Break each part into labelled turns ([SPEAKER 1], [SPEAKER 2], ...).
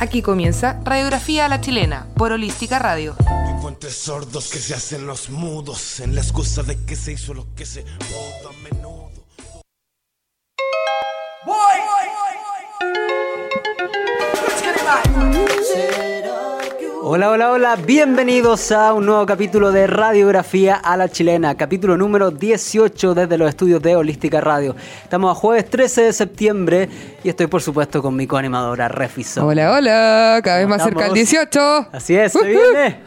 [SPEAKER 1] Aquí comienza Radiografía a la Chilena por Holística Radio.
[SPEAKER 2] Encuentre sordos que se hacen los mudos en la excusa de que se hizo lo que se pudo a menudo.
[SPEAKER 3] Hola, hola, hola, bienvenidos a un nuevo capítulo de Radiografía a la Chilena, capítulo número 18 desde los estudios de Holística Radio. Estamos a jueves 13 de septiembre y estoy por supuesto con mi coanimadora Refiso.
[SPEAKER 1] Hola, hola, cada vez
[SPEAKER 3] ¿Cómo
[SPEAKER 1] más cerca del
[SPEAKER 3] estamos?
[SPEAKER 1] 18.
[SPEAKER 3] Así es, se viene.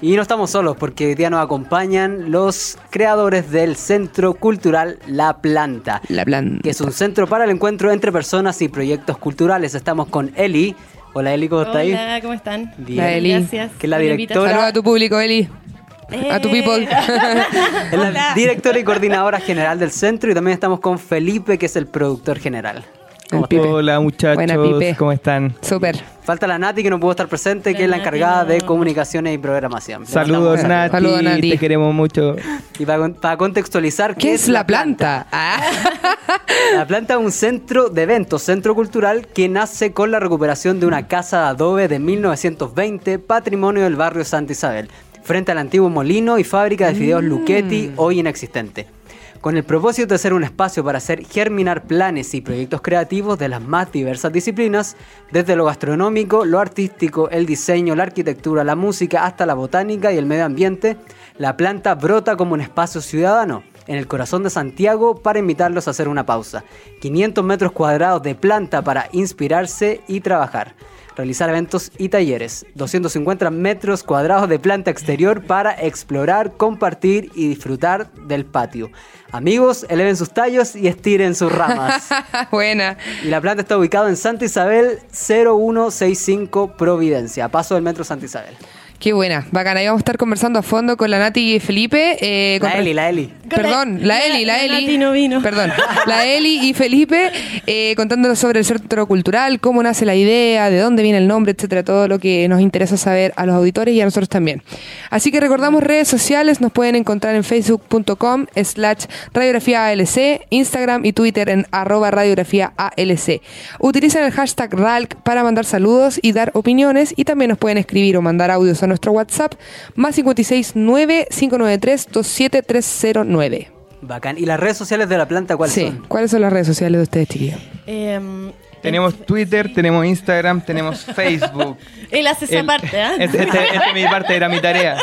[SPEAKER 3] Y no estamos solos porque hoy día nos acompañan los creadores del Centro Cultural La Planta,
[SPEAKER 1] La plan.
[SPEAKER 3] que es un centro para el encuentro entre personas y proyectos culturales. Estamos con Eli. Hola Eli, ¿cómo está ahí?
[SPEAKER 4] Hola, ¿cómo están?
[SPEAKER 3] Bien.
[SPEAKER 1] La Eli.
[SPEAKER 4] Gracias.
[SPEAKER 3] Que la
[SPEAKER 4] por la
[SPEAKER 3] directora-
[SPEAKER 4] invitación.
[SPEAKER 1] Saluda a tu público, Eli. A tu
[SPEAKER 4] Eh.
[SPEAKER 1] people.
[SPEAKER 3] Es la directora y coordinadora general del centro y también estamos con Felipe, que es el productor general.
[SPEAKER 1] El Pipe.
[SPEAKER 5] Hola
[SPEAKER 1] Buena, Pipe.
[SPEAKER 5] muchachos, ¿cómo están?
[SPEAKER 1] Súper.
[SPEAKER 3] Falta la Nati, que no pudo estar presente, que es la encargada de comunicaciones y programación. Le
[SPEAKER 5] Saludos
[SPEAKER 3] mandamos-
[SPEAKER 5] Nati,
[SPEAKER 1] Saludos, Nati.
[SPEAKER 5] te queremos mucho.
[SPEAKER 3] Y para, con- para contextualizar,
[SPEAKER 1] ¿Qué es la planta? Ah.
[SPEAKER 3] La planta es un centro de eventos, centro cultural, que nace con la recuperación de una casa de adobe de 1920, patrimonio del barrio Santa Isabel, frente al antiguo molino y fábrica de fideos Luchetti, hoy inexistente. Con el propósito de ser un espacio para hacer germinar planes y proyectos creativos de las más diversas disciplinas, desde lo gastronómico, lo artístico, el diseño, la arquitectura, la música, hasta la botánica y el medio ambiente, la planta brota como un espacio ciudadano en el corazón de Santiago para invitarlos a hacer una pausa. 500 metros cuadrados de planta para inspirarse y trabajar. Realizar eventos y talleres. 250 metros cuadrados de planta exterior para explorar, compartir y disfrutar del patio. Amigos, eleven sus tallos y estiren sus ramas.
[SPEAKER 1] Ah. Buena.
[SPEAKER 3] Y la planta está ubicada en Santa Isabel 0165 Providencia, a paso del metro Santa Isabel.
[SPEAKER 1] Qué buena. Bacana. Ahí vamos a estar conversando a fondo con la Nati y Felipe. eh, con
[SPEAKER 3] La Eli, la Eli.
[SPEAKER 1] Perdón, la Eli, la Eli.
[SPEAKER 4] Nati no vino.
[SPEAKER 1] Perdón, la Eli y Felipe eh, contándonos sobre el centro cultural, cómo nace la idea, de dónde viene el nombre, etcétera, todo lo que nos interesa saber a los auditores y a nosotros también. Así que recordamos redes sociales, nos pueden encontrar en facebook.com slash radiografía ALC, Instagram y Twitter en arroba radiografía ALC. Utilizan el hashtag RALC para mandar saludos y dar opiniones y también nos pueden escribir o mandar audios a nuestro WhatsApp más 569 593 27309.
[SPEAKER 3] Bacán. ¿Y las redes sociales de la planta cuáles
[SPEAKER 1] Sí.
[SPEAKER 3] son?
[SPEAKER 1] ¿Cuáles son las redes sociales de ustedes, chiquillos?
[SPEAKER 4] Em,
[SPEAKER 5] Tenemos Twitter, tenemos Instagram, tenemos Facebook.
[SPEAKER 4] él hace esa
[SPEAKER 5] El-
[SPEAKER 4] parte, ¿ah?
[SPEAKER 5] Este, este- este mi parte era mi tarea.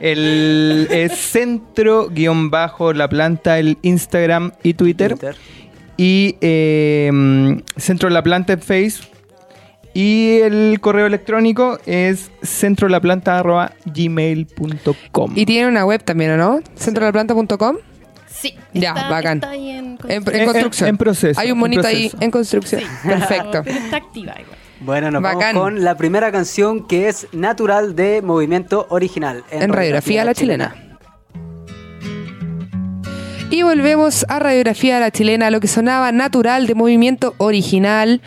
[SPEAKER 5] El es centro guión bajo la planta, el Instagram y Twitter. Y eh, centro la planta en Face. Y el correo electrónico es centro la planta arroba gmail.com.
[SPEAKER 1] Y tienen una web también, ¿o no? Centralaplanta.com.
[SPEAKER 4] Sí.
[SPEAKER 1] Ya,
[SPEAKER 4] está,
[SPEAKER 1] bacán.
[SPEAKER 4] Está ahí en,
[SPEAKER 1] En, en
[SPEAKER 5] En-
[SPEAKER 1] construcción.
[SPEAKER 5] en proceso,
[SPEAKER 1] Hay un
[SPEAKER 5] en
[SPEAKER 1] monito ahí
[SPEAKER 5] proceso.
[SPEAKER 1] en construcción. Perfecto.
[SPEAKER 4] Pero está activa igual.
[SPEAKER 3] Bueno, nos
[SPEAKER 1] Bacán.
[SPEAKER 3] vamos con la primera canción que es Natural de Movimiento Original.
[SPEAKER 1] En Radiografía a la Chilena. Y volvemos a Radiografía a la Chilena, lo que sonaba natural de movimiento original.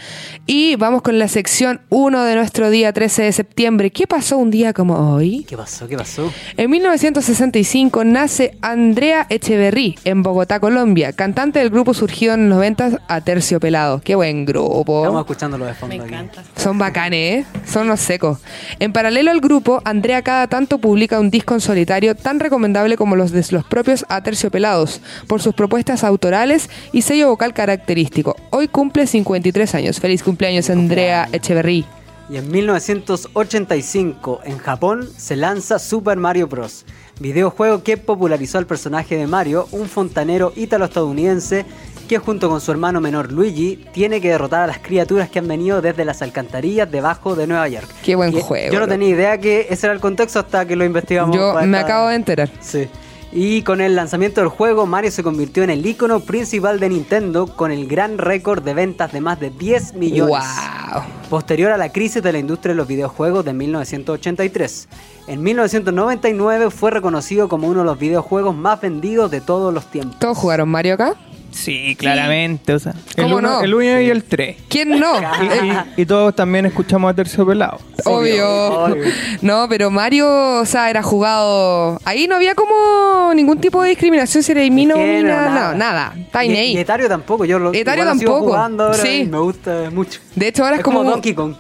[SPEAKER 1] Y vamos con la sección 1 de nuestro día 13 de septiembre. ¿Qué pasó un día como hoy?
[SPEAKER 3] ¿Qué pasó? ¿Qué pasó?
[SPEAKER 1] En 1965 nace Andrea Echeverry en Bogotá, Colombia, cantante del grupo surgido en los 90 a Terciopelado. Qué buen
[SPEAKER 3] Estamos
[SPEAKER 1] grupo.
[SPEAKER 3] escuchándolo de fondo
[SPEAKER 4] Me
[SPEAKER 3] aquí.
[SPEAKER 4] encanta.
[SPEAKER 1] Son bacanes, ¿eh? Son los secos. En paralelo al grupo, Andrea cada tanto publica un disco en solitario tan recomendable como los de los propios Aterciopelados, por sus propuestas autorales y sello vocal característico. Hoy cumple 53 años. Feliz cumpleaños, Andrea Echeverry.
[SPEAKER 3] Y en 1985, en Japón, se lanza Super Mario Bros., videojuego que popularizó al personaje de Mario, un fontanero ítalo-estadounidense que junto con su hermano menor Luigi tiene que derrotar a las criaturas que han venido desde las alcantarillas debajo de Nueva York.
[SPEAKER 1] Qué buen
[SPEAKER 3] Y
[SPEAKER 1] juego,
[SPEAKER 3] Yo no
[SPEAKER 1] loco.
[SPEAKER 3] tenía idea que ese era el contexto hasta que lo investigamos.
[SPEAKER 1] Yo
[SPEAKER 3] para
[SPEAKER 1] me
[SPEAKER 3] esta-
[SPEAKER 1] acabo de enterar.
[SPEAKER 3] Sí. Y con el lanzamiento del juego, Mario se convirtió en el icono principal de Nintendo con el gran récord de ventas de más de 10 millones.
[SPEAKER 1] ¡Wow!
[SPEAKER 3] Posterior a la crisis de la industria de los videojuegos de 1983. En 1999 fue reconocido como uno de los videojuegos más vendidos de todos los tiempos.
[SPEAKER 1] ¿Todos jugaron Mario acá?
[SPEAKER 5] Sí, claramente. O sea,
[SPEAKER 1] ¿Cómo
[SPEAKER 5] el uno-
[SPEAKER 1] no?
[SPEAKER 5] El 1 y el 3.
[SPEAKER 1] ¿Quién no? Eh,
[SPEAKER 5] Y, y todos también escuchamos a Tercio Pelado.
[SPEAKER 1] Obvio.
[SPEAKER 3] obvio.
[SPEAKER 1] No, pero Mario, o sea, era jugado. Ahí no había como ningún tipo de discriminación, si era mino,
[SPEAKER 3] De género,
[SPEAKER 1] mina,
[SPEAKER 3] nada.
[SPEAKER 1] nada, nada. Está ahí,
[SPEAKER 3] Y-
[SPEAKER 1] ahí.
[SPEAKER 3] Y etario tampoco, yo lo
[SPEAKER 1] Etario
[SPEAKER 3] igual lo sigo
[SPEAKER 1] tampoco,
[SPEAKER 3] jugando ahora
[SPEAKER 1] sí.
[SPEAKER 3] y me gusta mucho.
[SPEAKER 1] De hecho, ahora es
[SPEAKER 3] Es como
[SPEAKER 1] como-
[SPEAKER 3] Donkey Kong.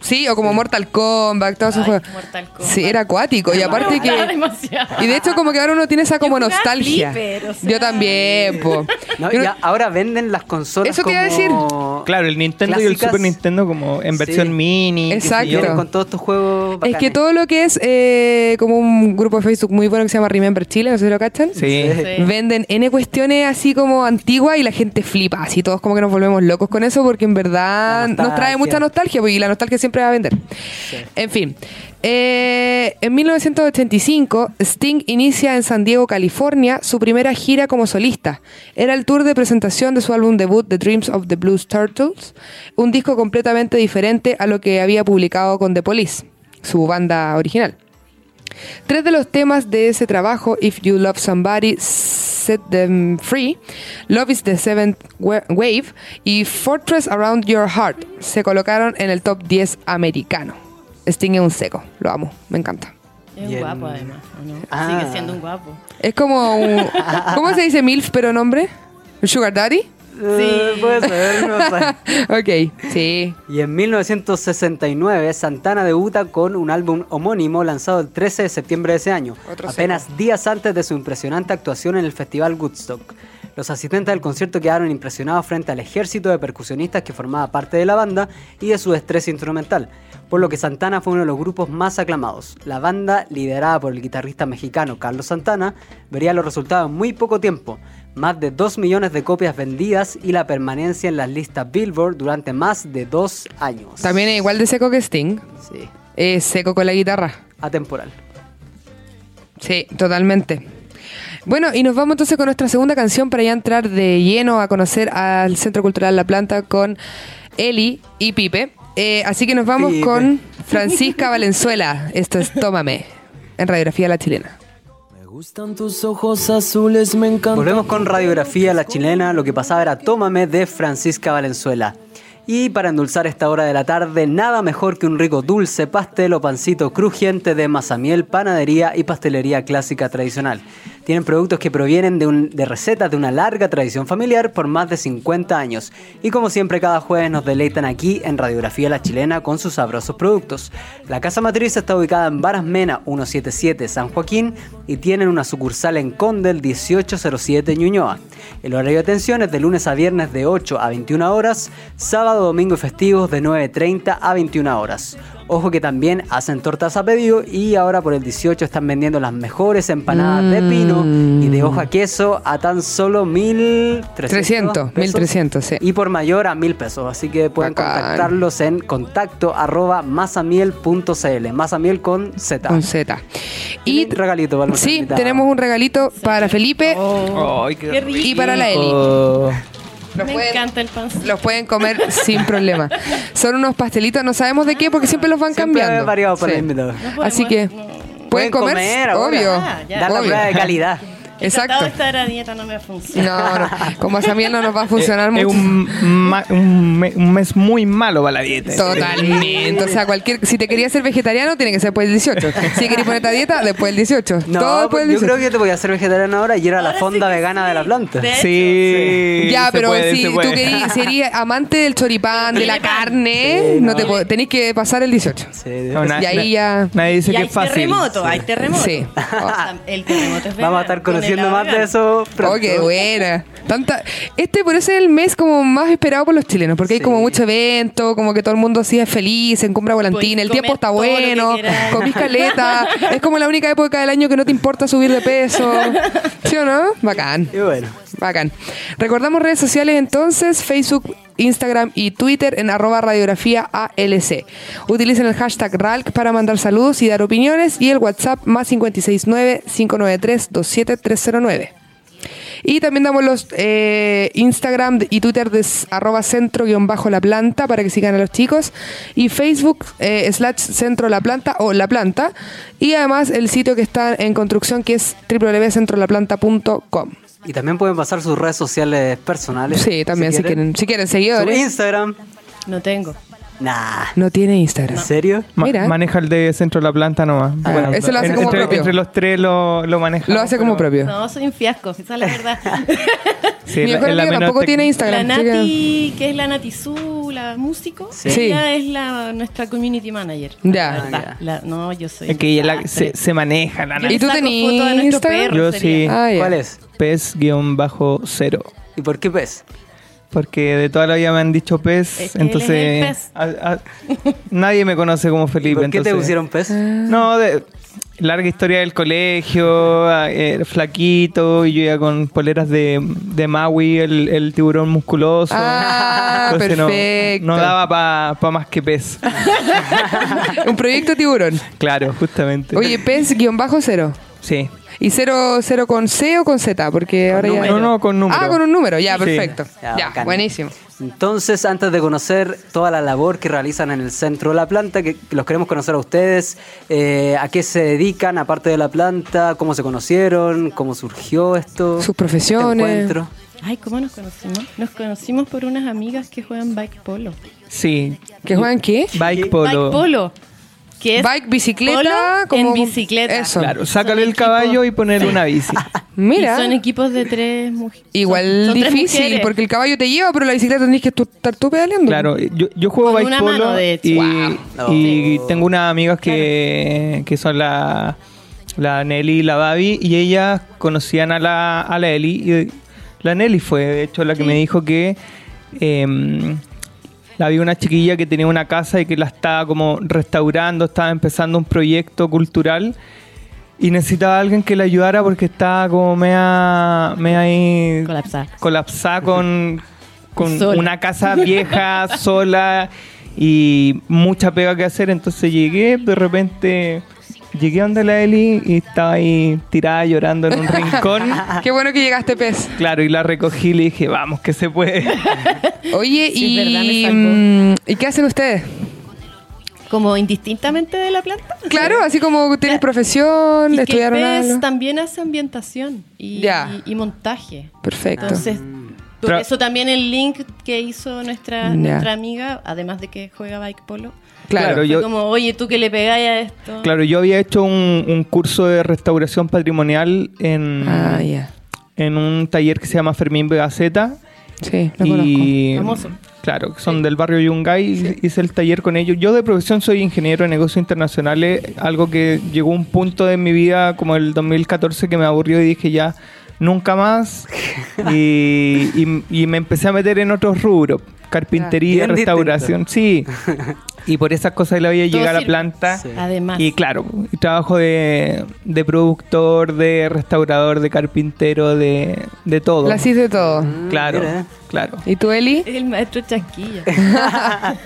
[SPEAKER 1] Sí, o como Mortal Kombat, todos esos
[SPEAKER 4] Ay,
[SPEAKER 1] juegos.
[SPEAKER 4] Mortal Kombat.
[SPEAKER 1] Sí, era acuático. Y aparte que.
[SPEAKER 4] gustaba demasiado.
[SPEAKER 1] Y de hecho, como que ahora uno tiene esa como
[SPEAKER 4] jugaba
[SPEAKER 1] nostalgia.
[SPEAKER 4] flipper, o sea.
[SPEAKER 1] Yo también, po.
[SPEAKER 3] No,
[SPEAKER 1] Yo no-
[SPEAKER 3] y a- ahora venden las consolas
[SPEAKER 1] Eso te iba a decir.
[SPEAKER 3] como
[SPEAKER 5] Claro, el Nintendo y el
[SPEAKER 3] clásicas
[SPEAKER 5] Super Nintendo como en
[SPEAKER 3] Sí.
[SPEAKER 5] versión mini. qué sé
[SPEAKER 3] que
[SPEAKER 1] Exacto.
[SPEAKER 5] yo.
[SPEAKER 3] vienen con todos estos juegos
[SPEAKER 1] Es
[SPEAKER 3] bacanes.
[SPEAKER 1] que todo lo que es eh, como un grupo de Facebook muy bueno que se llama Remember Chile, no sé si lo cachan.
[SPEAKER 5] Sí.
[SPEAKER 3] Sí.
[SPEAKER 4] Sí.
[SPEAKER 1] Venden N cuestiones así como antiguas y la gente flipa, así todos como que nos volvemos locos con eso porque en verdad
[SPEAKER 3] La
[SPEAKER 1] nos trae
[SPEAKER 3] nostalgia.
[SPEAKER 1] mucha nostalgia pues, y la nostalgia siempre va a vender. En fin, eh, en 1985 Sting inicia en San Diego, California, su primera gira como solista. Era el tour de presentación de su álbum debut The Dreams of the Blues Turtles, un disco completamente diferente a lo que había publicado con The Police, su banda original. Tres de los temas de ese trabajo, If You Love Somebody, Set Them Free, Love is the Seventh Wa- Wave y Fortress Around Your Heart, se colocaron en el top 10 americano. Sting es un seco, lo amo, me encanta.
[SPEAKER 4] Es
[SPEAKER 3] Y
[SPEAKER 4] un
[SPEAKER 3] en-
[SPEAKER 4] guapo, además. ¿o no?
[SPEAKER 3] Ah.
[SPEAKER 4] Sigue siendo un guapo.
[SPEAKER 1] Es como un... ¿Cómo se dice MILF pero nombre? ¿Sugar Daddy?
[SPEAKER 3] Eh, puede ser, no sé.
[SPEAKER 1] ok, sí.
[SPEAKER 3] Y en 1969 Santana debuta con un álbum homónimo lanzado el 13 de septiembre de ese año,
[SPEAKER 1] Otro
[SPEAKER 3] apenas días antes de su impresionante actuación en el Festival Woodstock. Los asistentes del concierto quedaron impresionados frente al ejército de percusionistas que formaba parte de la banda y de su destreza instrumental, por lo que Santana fue uno de los grupos más aclamados. La banda, liderada por el guitarrista mexicano Carlos Santana, vería los resultados en muy poco tiempo, más de 2 millones de copias vendidas y la permanencia en las listas Billboard durante más de dos años.
[SPEAKER 1] También es igual de seco que Sting.
[SPEAKER 3] Sí,
[SPEAKER 1] Es seco con la guitarra.
[SPEAKER 3] atemporal.
[SPEAKER 1] Sí, totalmente. Bueno, y nos vamos entonces con nuestra segunda canción para ya entrar de lleno a conocer al Centro Cultural La Planta con Eli y Pipe. Eh, así que nos vamos
[SPEAKER 3] Pipe.
[SPEAKER 1] con Francisca Valenzuela. Esto es Tómame, en Radiografía La Chilena.
[SPEAKER 6] Me gustan tus ojos azules, me encantan.
[SPEAKER 3] Volvemos con Radiografía La Chilena, lo que pasaba era Tómame de Francisca Valenzuela. Y para endulzar esta hora de la tarde, nada mejor que un rico dulce pastel o pancito crujiente de masamiel, panadería y pastelería clásica tradicional. Tienen productos que provienen de, un- de recetas de una larga tradición familiar por más de 50 años. Y como siempre, cada jueves nos deleitan aquí en Radiografía La Chilena con sus sabrosos productos. La casa matriz está ubicada en Varas Mena 177 San Joaquín y tienen una sucursal en Condel 1807 Ñuñoa. El horario de atención es de lunes a viernes de 8 a 21 horas, sábado, domingo y festivos de 9.30 a 21 horas. Ojo que también hacen tortas a pedido y ahora por el 18 están vendiendo las mejores empanadas
[SPEAKER 1] Mm.
[SPEAKER 3] de pino y de hoja queso a tan solo 1.300
[SPEAKER 1] 300,
[SPEAKER 3] pesos
[SPEAKER 1] 1300, sí.
[SPEAKER 3] y por mayor a mil pesos. Así que pueden
[SPEAKER 1] Bacán.
[SPEAKER 3] contactarlos en contacto arroba masamiel.cl. Masamiel con Z.
[SPEAKER 1] Con Z.
[SPEAKER 3] Y
[SPEAKER 1] Y
[SPEAKER 3] un regalito para nuestra
[SPEAKER 1] sí,
[SPEAKER 3] invitada.
[SPEAKER 1] tenemos un regalito para Felipe.
[SPEAKER 4] Oh.
[SPEAKER 5] Ay, qué Eh,
[SPEAKER 4] Qué rico.
[SPEAKER 1] Y para la Eli.
[SPEAKER 5] rico.
[SPEAKER 1] Los
[SPEAKER 4] Me
[SPEAKER 1] pueden-
[SPEAKER 4] encanta el pancito.
[SPEAKER 1] Los pueden comer sin problema. Son unos pastelitos, no sabemos de qué, porque siempre los van
[SPEAKER 3] Siempre
[SPEAKER 1] cambiando.
[SPEAKER 3] variado para
[SPEAKER 1] Sí.
[SPEAKER 3] el invitado.
[SPEAKER 4] No podemos-
[SPEAKER 1] Así que
[SPEAKER 4] no.
[SPEAKER 1] pueden comer,
[SPEAKER 3] ahora.
[SPEAKER 1] obvio.
[SPEAKER 4] Ah, ya.
[SPEAKER 3] Dar la
[SPEAKER 1] obvio.
[SPEAKER 3] prueba de calidad.
[SPEAKER 4] He tratado
[SPEAKER 1] Exacto.
[SPEAKER 4] de estar a dieta, no me funciona.
[SPEAKER 1] No, no, como esa miel no nos va a funcionar
[SPEAKER 5] Eh,
[SPEAKER 1] mucho.
[SPEAKER 5] Es un, ma- un me- un mes muy malo para la dieta.
[SPEAKER 1] Totalmente. O sea, cualquier, si te querías ser vegetariano, tiene que ser después del 18. Si querías ponerte a dieta, después del 18.
[SPEAKER 3] No, pues
[SPEAKER 1] Todo después del
[SPEAKER 3] yo
[SPEAKER 1] 18.
[SPEAKER 3] creo que te voy a hacer vegetariano ahora y era la
[SPEAKER 4] Ahora
[SPEAKER 3] fonda
[SPEAKER 4] sí que
[SPEAKER 3] vegana
[SPEAKER 4] sí.
[SPEAKER 3] de la planta.
[SPEAKER 4] De-
[SPEAKER 5] Sí.
[SPEAKER 1] ya,
[SPEAKER 5] se
[SPEAKER 1] pero
[SPEAKER 5] puede,
[SPEAKER 1] si
[SPEAKER 5] se
[SPEAKER 1] tú
[SPEAKER 5] puede.
[SPEAKER 1] querías, si eres amante del choripán, de la
[SPEAKER 4] Choripán.
[SPEAKER 1] carne,
[SPEAKER 3] Sí,
[SPEAKER 1] no.
[SPEAKER 3] no.
[SPEAKER 1] te po- tenés que pasar el 18.
[SPEAKER 3] Sí, de-
[SPEAKER 5] No, na-
[SPEAKER 1] Y ahí
[SPEAKER 5] na-
[SPEAKER 1] ya-
[SPEAKER 5] Nadie dice
[SPEAKER 4] y
[SPEAKER 5] que
[SPEAKER 4] hay
[SPEAKER 5] es fácil.
[SPEAKER 4] terremoto, hay terremoto.
[SPEAKER 1] Sí.
[SPEAKER 4] El terremoto es
[SPEAKER 3] Vamos a estar conociendo más de eso pronto.
[SPEAKER 1] Oh, qué buena. Tanta, este por eso es el mes como más esperado por los chilenos, porque hay
[SPEAKER 3] Sí.
[SPEAKER 1] como mucho evento, como que todo el mundo así es feliz, en compra volantina, el
[SPEAKER 4] Podéis
[SPEAKER 1] tiempo
[SPEAKER 4] comer
[SPEAKER 1] está
[SPEAKER 4] todo lo que
[SPEAKER 1] bueno,
[SPEAKER 4] queráis.
[SPEAKER 1] comís caleta, es como la única época del año que no te importa subir de peso. ¿Sí o no? Bacán.
[SPEAKER 3] Y bueno.
[SPEAKER 1] Bacán. Recordamos redes sociales entonces, Facebook, Instagram y Twitter en arroba radiografía ALC. Utilicen el hashtag RALC para mandar saludos y dar opiniones y el WhatsApp más 569-593-27309. Y también damos los eh, Instagram y Twitter de s- arroba centro-la planta para que sigan a los chicos. Y Facebook eh, slash centro la planta o la planta. Y además el sitio que está en construcción que es www.centrolaplanta.com.
[SPEAKER 3] Y también pueden pasar sus redes sociales personales.
[SPEAKER 1] Sí, también si quieren. Si quieren
[SPEAKER 3] Su
[SPEAKER 1] seguidores.
[SPEAKER 3] Instagram.
[SPEAKER 4] No tengo.
[SPEAKER 3] Nah.
[SPEAKER 1] No tiene Instagram.
[SPEAKER 3] ¿En serio?
[SPEAKER 5] Ma-
[SPEAKER 1] Mira.
[SPEAKER 5] Maneja el de centro de la planta nomás.
[SPEAKER 1] Ah, ese lo hace
[SPEAKER 5] en-
[SPEAKER 1] como
[SPEAKER 5] entre,
[SPEAKER 1] propio.
[SPEAKER 5] entre los tres lo, lo maneja.
[SPEAKER 1] Lo hace como
[SPEAKER 5] pero-
[SPEAKER 1] propio.
[SPEAKER 4] No, soy un fiasco, esa es la verdad.
[SPEAKER 5] Sí,
[SPEAKER 1] Mi
[SPEAKER 5] es
[SPEAKER 1] mejor
[SPEAKER 5] es
[SPEAKER 1] amiga
[SPEAKER 5] menos
[SPEAKER 1] tampoco
[SPEAKER 5] tec-
[SPEAKER 1] tiene
[SPEAKER 4] la
[SPEAKER 1] Instagram. así que-
[SPEAKER 4] Nati, que es la Nati Su, la músico,
[SPEAKER 3] Sí.
[SPEAKER 4] ella es la, nuestra community manager.
[SPEAKER 1] Ya.
[SPEAKER 4] La verdad. La- no, yo soy.
[SPEAKER 5] Ah, Es que ella la-
[SPEAKER 4] desastre.
[SPEAKER 5] se, se maneja
[SPEAKER 1] ¿Y
[SPEAKER 4] Yo
[SPEAKER 5] la
[SPEAKER 4] le
[SPEAKER 5] nariz.
[SPEAKER 1] tú
[SPEAKER 4] saco
[SPEAKER 1] tenís
[SPEAKER 4] fotos de nuestro
[SPEAKER 1] Instagram?
[SPEAKER 4] perro,
[SPEAKER 5] Yo
[SPEAKER 4] sería.
[SPEAKER 5] sí.
[SPEAKER 1] Ah, ya.
[SPEAKER 3] ¿Cuál es?
[SPEAKER 5] Pez-cero.
[SPEAKER 3] ¿Y por qué pez?
[SPEAKER 5] Porque de toda la vida me han dicho pez,
[SPEAKER 4] Es que él es
[SPEAKER 5] entonces
[SPEAKER 4] el pez.
[SPEAKER 5] a- a- nadie me conoce como
[SPEAKER 3] ¿Y
[SPEAKER 5] Felipe.
[SPEAKER 3] por qué te
[SPEAKER 5] entonces-
[SPEAKER 3] pusieron pez?
[SPEAKER 5] No, de- larga historia del colegio, a- eh, flaquito, y yo iba con poleras de, de Maui, el, el tiburón musculoso.
[SPEAKER 1] Ah,
[SPEAKER 5] Entonces no-
[SPEAKER 1] perfecto.
[SPEAKER 5] No, daba para más que pez.
[SPEAKER 1] Un proyecto tiburón.
[SPEAKER 5] Claro, justamente.
[SPEAKER 1] Oye, pez-cero.
[SPEAKER 5] Sí.
[SPEAKER 1] ¿Y cero, cero con C o con Z? Porque ahora ya.
[SPEAKER 5] número. No, no, con número.
[SPEAKER 1] Ah, con un número, ya,
[SPEAKER 5] Sí.
[SPEAKER 1] perfecto. Ya,
[SPEAKER 3] bacán.
[SPEAKER 1] buenísimo.
[SPEAKER 3] Entonces, antes de conocer toda la labor que realizan en el centro de la planta, que que los queremos conocer a ustedes, eh, a qué se dedican aparte de la planta, cómo se conocieron, cómo surgió esto,
[SPEAKER 1] Sus profesiones.
[SPEAKER 3] este encuentro.
[SPEAKER 4] Ay, ¿cómo nos conocimos? Nos conocimos por unas amigas que juegan bike polo.
[SPEAKER 5] Sí.
[SPEAKER 1] ¿Que juegan qué?
[SPEAKER 5] Bike
[SPEAKER 4] Bike
[SPEAKER 5] polo.
[SPEAKER 4] polo. Que es
[SPEAKER 1] Bike, bicicleta,
[SPEAKER 4] polo
[SPEAKER 1] como-
[SPEAKER 4] en bicicleta.
[SPEAKER 1] Eso.
[SPEAKER 5] Claro,
[SPEAKER 4] Son
[SPEAKER 5] sácale el
[SPEAKER 4] equipo.
[SPEAKER 5] caballo y ponerle una bici.
[SPEAKER 1] Mira.
[SPEAKER 4] Y son equipos de tres mujeres.
[SPEAKER 1] Igual difícil, porque el caballo te lleva, pero la bicicleta tenés que tú- estar tú pedaleando.
[SPEAKER 5] Claro, yo, yo juego
[SPEAKER 4] Con
[SPEAKER 5] bike
[SPEAKER 4] una
[SPEAKER 5] polo
[SPEAKER 4] mano, de hecho.
[SPEAKER 5] y,
[SPEAKER 3] Wow.
[SPEAKER 5] y
[SPEAKER 3] No.
[SPEAKER 5] tengo unas amigas que, que son la, la Nelly y la Babi y ellas conocían a la, a la Eli. Y la Nelly fue, de hecho, la que me dijo que em, la vi una chiquilla que tenía una casa y que la estaba como restaurando, estaba empezando un proyecto cultural. Y necesitaba a alguien que la ayudara porque estaba como mea, mea ahí
[SPEAKER 4] Colapsada.
[SPEAKER 5] colapsada con, con
[SPEAKER 4] Sola.
[SPEAKER 5] una casa vieja, sola y mucha pega que hacer. Entonces llegué, de repente llegué a donde la Eli y estaba ahí tirada llorando en un rincón.
[SPEAKER 1] Qué bueno que llegaste, pez.
[SPEAKER 5] Claro, y la recogí y le dije, vamos, que se puede.
[SPEAKER 1] Oye,
[SPEAKER 4] Sí, es verdad, me
[SPEAKER 1] y,
[SPEAKER 4] salvó.
[SPEAKER 1] mm, ¿y qué hacen ustedes?
[SPEAKER 4] Como indistintamente de la planta.
[SPEAKER 1] Claro, así como tienes profesión,
[SPEAKER 4] Y que
[SPEAKER 1] estudiaron
[SPEAKER 4] Pez
[SPEAKER 1] algo.
[SPEAKER 4] también hace ambientación y,
[SPEAKER 1] Ya.
[SPEAKER 4] y, y montaje.
[SPEAKER 1] Perfecto.
[SPEAKER 4] Entonces, por
[SPEAKER 5] Mm. Pero-
[SPEAKER 4] eso también el link que hizo nuestra,
[SPEAKER 1] Ya.
[SPEAKER 4] nuestra amiga, además de que juega bike polo,
[SPEAKER 1] claro.
[SPEAKER 5] Claro,
[SPEAKER 4] fue
[SPEAKER 5] yo-
[SPEAKER 4] como, oye, tú que le pegáis a esto.
[SPEAKER 5] Claro, yo había hecho un, un curso de restauración patrimonial en,
[SPEAKER 1] Ah, ya.
[SPEAKER 5] en un taller que se llama Fermín Vegaceta.
[SPEAKER 1] Sí, lo conozco.
[SPEAKER 5] y
[SPEAKER 4] Famoso.
[SPEAKER 5] claro que son del barrio Yungay hice el taller con ellos yo de profesión soy ingeniero de negocios internacionales algo que llegó a un punto de mi vida como el 2014 que me aburrió y dije ya nunca más y, y- y me empecé a meter en otros rubros carpintería
[SPEAKER 3] Bien distinto.
[SPEAKER 5] restauración sí y por esas cosas la vida
[SPEAKER 4] Todo
[SPEAKER 5] llegar a la
[SPEAKER 4] sirve.
[SPEAKER 5] planta
[SPEAKER 3] Sí.
[SPEAKER 4] Además.
[SPEAKER 5] y claro, y trabajo de, de productor, de restaurador, de carpintero, de, de todo.
[SPEAKER 1] La hiciste todo.
[SPEAKER 5] Claro,
[SPEAKER 3] Ah, Mira.
[SPEAKER 5] claro.
[SPEAKER 1] ¿Y tú, Eli?
[SPEAKER 4] El maestro Chanquilla.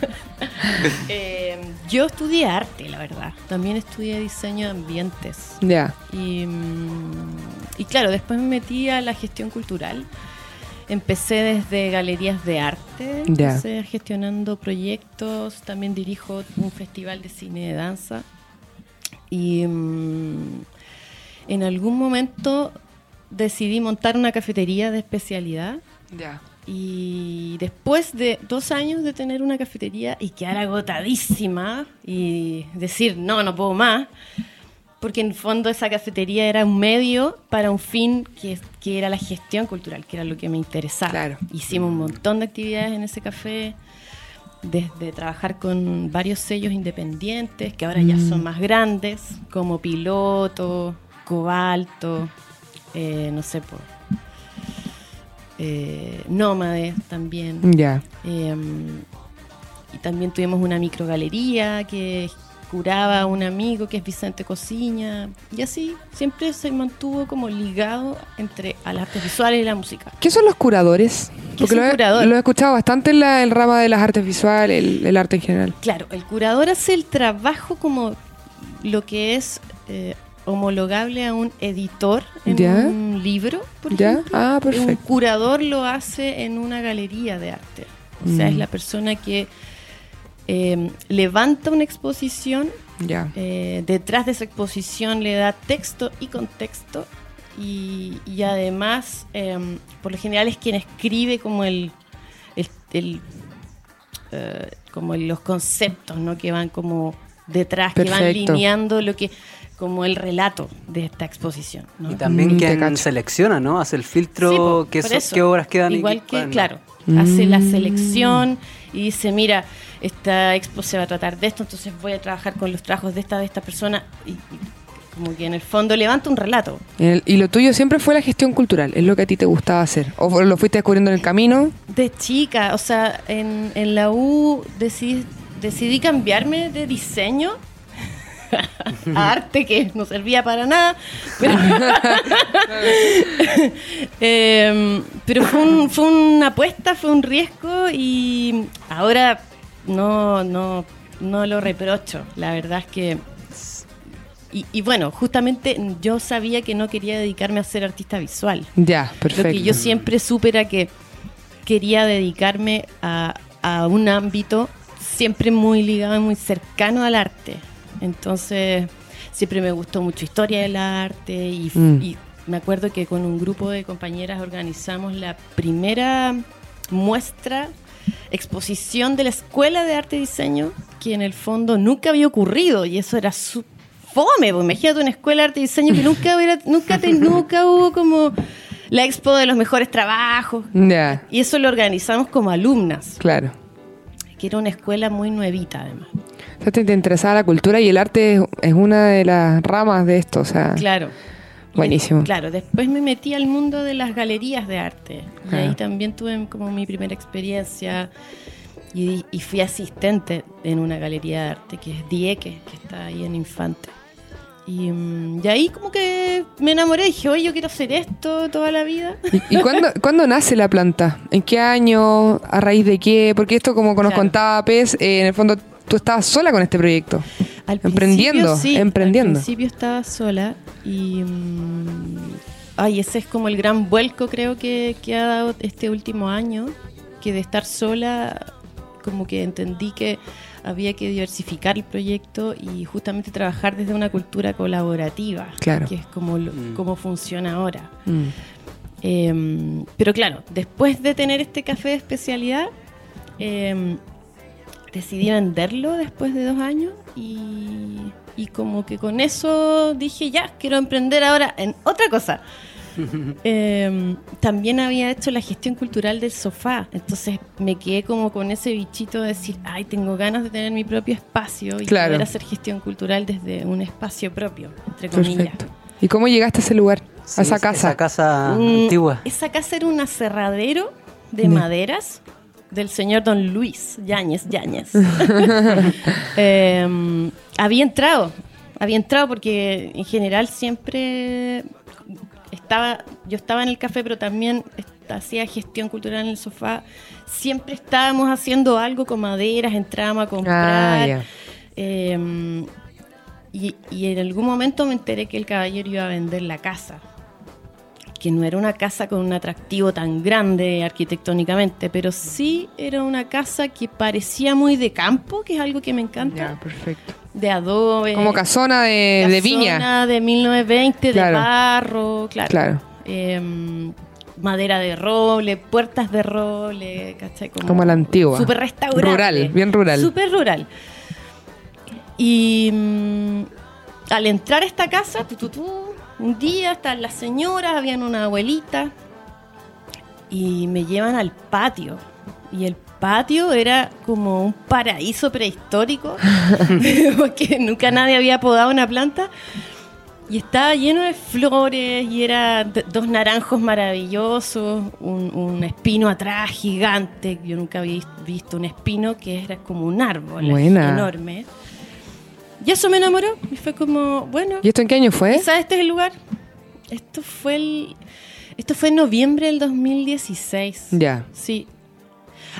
[SPEAKER 4] Eh, yo estudié arte, la verdad. También estudié diseño de ambientes.
[SPEAKER 1] Ya.
[SPEAKER 4] Y, mm, y claro, después me metí a la gestión cultural. Empecé desde galerías de arte,
[SPEAKER 1] Ya.
[SPEAKER 4] empecé gestionando proyectos, también dirijo un festival de cine y de danza. Y mm, en algún momento decidí montar una cafetería de especialidad
[SPEAKER 1] Ya.
[SPEAKER 4] y después de dos años de tener una cafetería y quedar agotadísima y decir, no, no puedo más, porque en el fondo esa cafetería era un medio para un fin que, que era la gestión cultural, que era lo que me interesaba.
[SPEAKER 1] Claro.
[SPEAKER 4] Hicimos un montón de actividades en ese café, desde trabajar con varios sellos independientes, que ahora ya son más grandes, como Piloto, Cobalto, eh, no sé, por, eh, Nómades también.
[SPEAKER 1] Ya.
[SPEAKER 4] Eh, y también tuvimos una microgalería que curaba a un amigo que es Vicente Cosiña. Y así siempre se mantuvo como ligado entre a las artes visuales y la música.
[SPEAKER 1] ¿Qué son los curadores?
[SPEAKER 4] ¿Qué
[SPEAKER 1] Porque
[SPEAKER 4] es un
[SPEAKER 1] lo he,
[SPEAKER 4] curador?
[SPEAKER 1] lo he escuchado bastante en la, el rama de las artes visuales, el, el arte en general.
[SPEAKER 4] Claro, el curador hace el trabajo como lo que es eh, homologable a un editor en
[SPEAKER 1] Ya.
[SPEAKER 4] un libro, por
[SPEAKER 1] ¿Ya?
[SPEAKER 4] ejemplo.
[SPEAKER 1] Ah,
[SPEAKER 4] Un
[SPEAKER 1] perfecto.
[SPEAKER 4] curador lo hace en una galería de arte. O sea,
[SPEAKER 1] Mm.
[SPEAKER 4] es la persona que eh, levanta una exposición
[SPEAKER 1] Ya.
[SPEAKER 4] Eh, detrás de esa exposición le da texto y contexto y, y además em, por lo general es quien escribe como el, el, el, eh, como los conceptos, ¿no? Que van como detrás, que van
[SPEAKER 1] Perfecto.
[SPEAKER 4] lineando lo que, como el relato de esta exposición, ¿no?
[SPEAKER 3] Y también
[SPEAKER 1] Mm, te
[SPEAKER 3] quien
[SPEAKER 1] cacho.
[SPEAKER 3] selecciona, ¿no? Hace el filtro,
[SPEAKER 4] Sí, po,
[SPEAKER 3] qué,
[SPEAKER 4] por
[SPEAKER 3] so-
[SPEAKER 4] eso.
[SPEAKER 3] qué obras quedan y
[SPEAKER 4] Igual
[SPEAKER 3] qué-
[SPEAKER 4] que,
[SPEAKER 3] no.
[SPEAKER 4] claro, hace la selección y dice, mira, esta expo se va a tratar de esto, entonces voy a trabajar con los trabajos de esta, de esta persona. Y, y como que en el fondo levanta un relato.
[SPEAKER 1] El- y lo tuyo siempre fue la gestión cultural, es lo que a ti te gustaba hacer. ¿O fue- lo fuiste descubriendo en el camino?
[SPEAKER 4] De chica, o sea, en, en la U decidí, decidí cambiarme de diseño a arte que no servía para nada. Pero, Em, pero fue, un- fue una apuesta, fue un riesgo y ahora no, no, no lo reprocho. La verdad es que... Y, y bueno, justamente yo sabía que no quería dedicarme a ser artista visual.
[SPEAKER 1] Ya,
[SPEAKER 4] Lo que yo
[SPEAKER 1] perfecto.
[SPEAKER 4] siempre supe era que quería dedicarme a, a un ámbito siempre muy ligado y muy cercano al arte. Entonces, siempre me gustó mucho historia del arte y,
[SPEAKER 1] Mm.
[SPEAKER 4] y me acuerdo que con un grupo de compañeras organizamos la primera muestra, exposición de la Escuela de Arte y Diseño, que en el fondo nunca había ocurrido y eso era su fome, pues, imagínate una escuela de arte y diseño que nunca hubiera, nunca, te- nunca hubo como la expo de los mejores trabajos.
[SPEAKER 1] Ya,
[SPEAKER 4] Y eso lo organizamos como alumnas,
[SPEAKER 1] claro.
[SPEAKER 4] que era una escuela muy nuevita además.
[SPEAKER 1] O sea, te, te interesaba la cultura y el arte es, es una de las ramas de esto, o sea.
[SPEAKER 4] Claro.
[SPEAKER 1] Buenísimo.
[SPEAKER 4] Claro, después me metí al mundo de las galerías de arte. Y
[SPEAKER 1] Ah.
[SPEAKER 4] ahí también tuve como mi primera experiencia. Y, y fui asistente en una galería de arte que es Dieque, que está ahí en Infante. Y, mm, y ahí como que me enamoré. Dije, oye, yo quiero hacer esto toda la vida.
[SPEAKER 1] ¿Y, y cuándo, cuándo nace la planta? ¿En qué año? ¿A raíz de qué? Porque esto, como nos
[SPEAKER 4] Claro.
[SPEAKER 1] contaba Pez, eh, en el fondo tú estabas sola con este proyecto.
[SPEAKER 4] Al
[SPEAKER 1] Emprendiendo,
[SPEAKER 4] principio, sí,
[SPEAKER 1] emprendiendo.
[SPEAKER 4] Al principio estaba sola y. mm, ay, ese es como el gran vuelco, creo que, que ha dado este último año. Que de estar sola, como que entendí que había que diversificar el proyecto y justamente trabajar desde una cultura colaborativa.
[SPEAKER 1] Claro.
[SPEAKER 4] Que es como, lo- como funciona ahora.
[SPEAKER 1] Mm.
[SPEAKER 4] Eh, pero claro, después de tener este café de especialidad, eh, decidí venderlo después de dos años y, y como que con eso dije, ya, quiero emprender ahora en otra cosa. Eh, también había hecho la gestión cultural del sofá, entonces me quedé como con ese bichito de decir, ay, tengo ganas de tener mi propio espacio y
[SPEAKER 1] Claro.
[SPEAKER 4] poder hacer gestión cultural desde un espacio propio, entre comillas.
[SPEAKER 1] Perfecto. ¿Y cómo llegaste a ese lugar?
[SPEAKER 3] Sí,
[SPEAKER 1] a esa casa.
[SPEAKER 3] Esa casa
[SPEAKER 4] Mm,
[SPEAKER 3] antigua.
[SPEAKER 4] Esa casa era un aserradero de
[SPEAKER 1] Ya.
[SPEAKER 4] maderas del señor don Luis Yáñez Yáñez. Em, había entrado, había entrado porque en general siempre estaba, yo estaba en el café, pero también est- hacía gestión cultural en el sofá. Siempre estábamos haciendo algo con maderas, entrábamos a comprar.
[SPEAKER 1] Ah, ya.
[SPEAKER 4] Em, y, y en algún momento me enteré que el caballero iba a vender la casa. Que no era una casa con un atractivo tan grande arquitectónicamente, pero sí era una casa que parecía muy de campo, que es algo que me encanta.
[SPEAKER 1] Ya, perfecto.
[SPEAKER 4] De adobe.
[SPEAKER 1] Como casona de, de viña.
[SPEAKER 4] Eh, casona De 1920,
[SPEAKER 1] Claro.
[SPEAKER 4] de barro, claro.
[SPEAKER 1] Claro.
[SPEAKER 4] Em, madera de roble, puertas de roble, ¿cachai?
[SPEAKER 1] Como la antigua.
[SPEAKER 4] Súper restaurante.
[SPEAKER 1] Rural, bien rural.
[SPEAKER 4] Súper rural. Y mm, al entrar a esta casa, tu, tu, tu, un día están las señoras, habían una abuelita, y me llevan al patio. Y el patio era como un paraíso prehistórico, porque nunca nadie había podado una planta. Y estaba lleno de flores y era d- dos naranjos maravillosos, un, un espino atrás gigante. Yo nunca había vis- visto un espino que era como un árbol
[SPEAKER 1] Buena.
[SPEAKER 4] enorme. Y eso me enamoró y fue como, bueno,
[SPEAKER 1] ¿Y esto en qué año fue?
[SPEAKER 4] quizás este es el lugar. Esto fue el, esto fue en noviembre del 2016.
[SPEAKER 1] Ya.
[SPEAKER 4] Sí.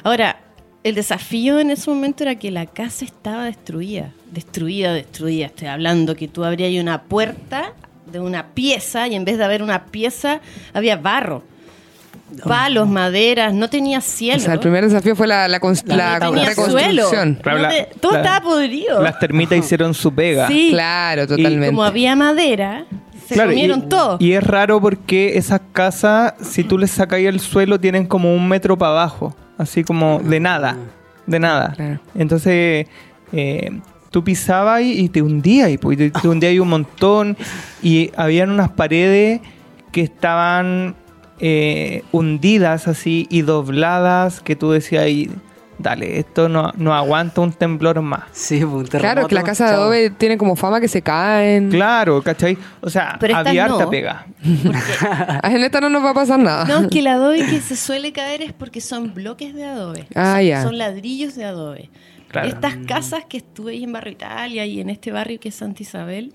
[SPEAKER 4] Ahora, el desafío en ese momento era que la casa estaba destruida. Destruida, destruida. Estoy hablando que tú abrías una puerta de una pieza y en vez de haber una pieza, había barro. Palos, maderas, no tenía cielo.
[SPEAKER 1] O sea, el primer desafío fue la, la, cons- la
[SPEAKER 4] no tenía suelo.
[SPEAKER 1] reconstrucción.
[SPEAKER 4] No te- todo
[SPEAKER 5] La-
[SPEAKER 4] estaba podrido.
[SPEAKER 5] Las termitas hicieron su pega.
[SPEAKER 4] Sí,
[SPEAKER 1] Claro, totalmente.
[SPEAKER 4] como había madera, se
[SPEAKER 5] Claro,
[SPEAKER 4] comieron
[SPEAKER 5] y,
[SPEAKER 4] todo.
[SPEAKER 5] Y es raro porque esas
[SPEAKER 4] Ah.
[SPEAKER 5] casas, si tú les sacáis el suelo, tienen como un metro para abajo, así como de nada. de nada.
[SPEAKER 1] Claro.
[SPEAKER 5] Entonces, eh, tú pisabas y, y te hundías, y, pues, y te, te hundías ahí un montón, y habían unas paredes que estaban eh, hundidas así y dobladas, que tú decías, ahí, dale, esto no, no aguanta un temblor más.
[SPEAKER 3] Sí, un
[SPEAKER 1] Claro,
[SPEAKER 3] terremoto,
[SPEAKER 1] que la casa de
[SPEAKER 3] chao.
[SPEAKER 1] adobe tiene como fama que se caen.
[SPEAKER 5] Claro, ¿cachai? O sea,
[SPEAKER 4] Pero estas
[SPEAKER 5] había harta
[SPEAKER 4] no.
[SPEAKER 5] pega.
[SPEAKER 1] Ah, En esta no nos va a pasar nada.
[SPEAKER 4] No, es que el adobe que se suele caer es porque son bloques de adobe.
[SPEAKER 1] Ah,
[SPEAKER 4] son,
[SPEAKER 1] ya.
[SPEAKER 4] son ladrillos de adobe.
[SPEAKER 5] Claro. Mm.
[SPEAKER 4] Estas casas que estuve ahí en Barrio Italia y en este barrio que es Santa Isabel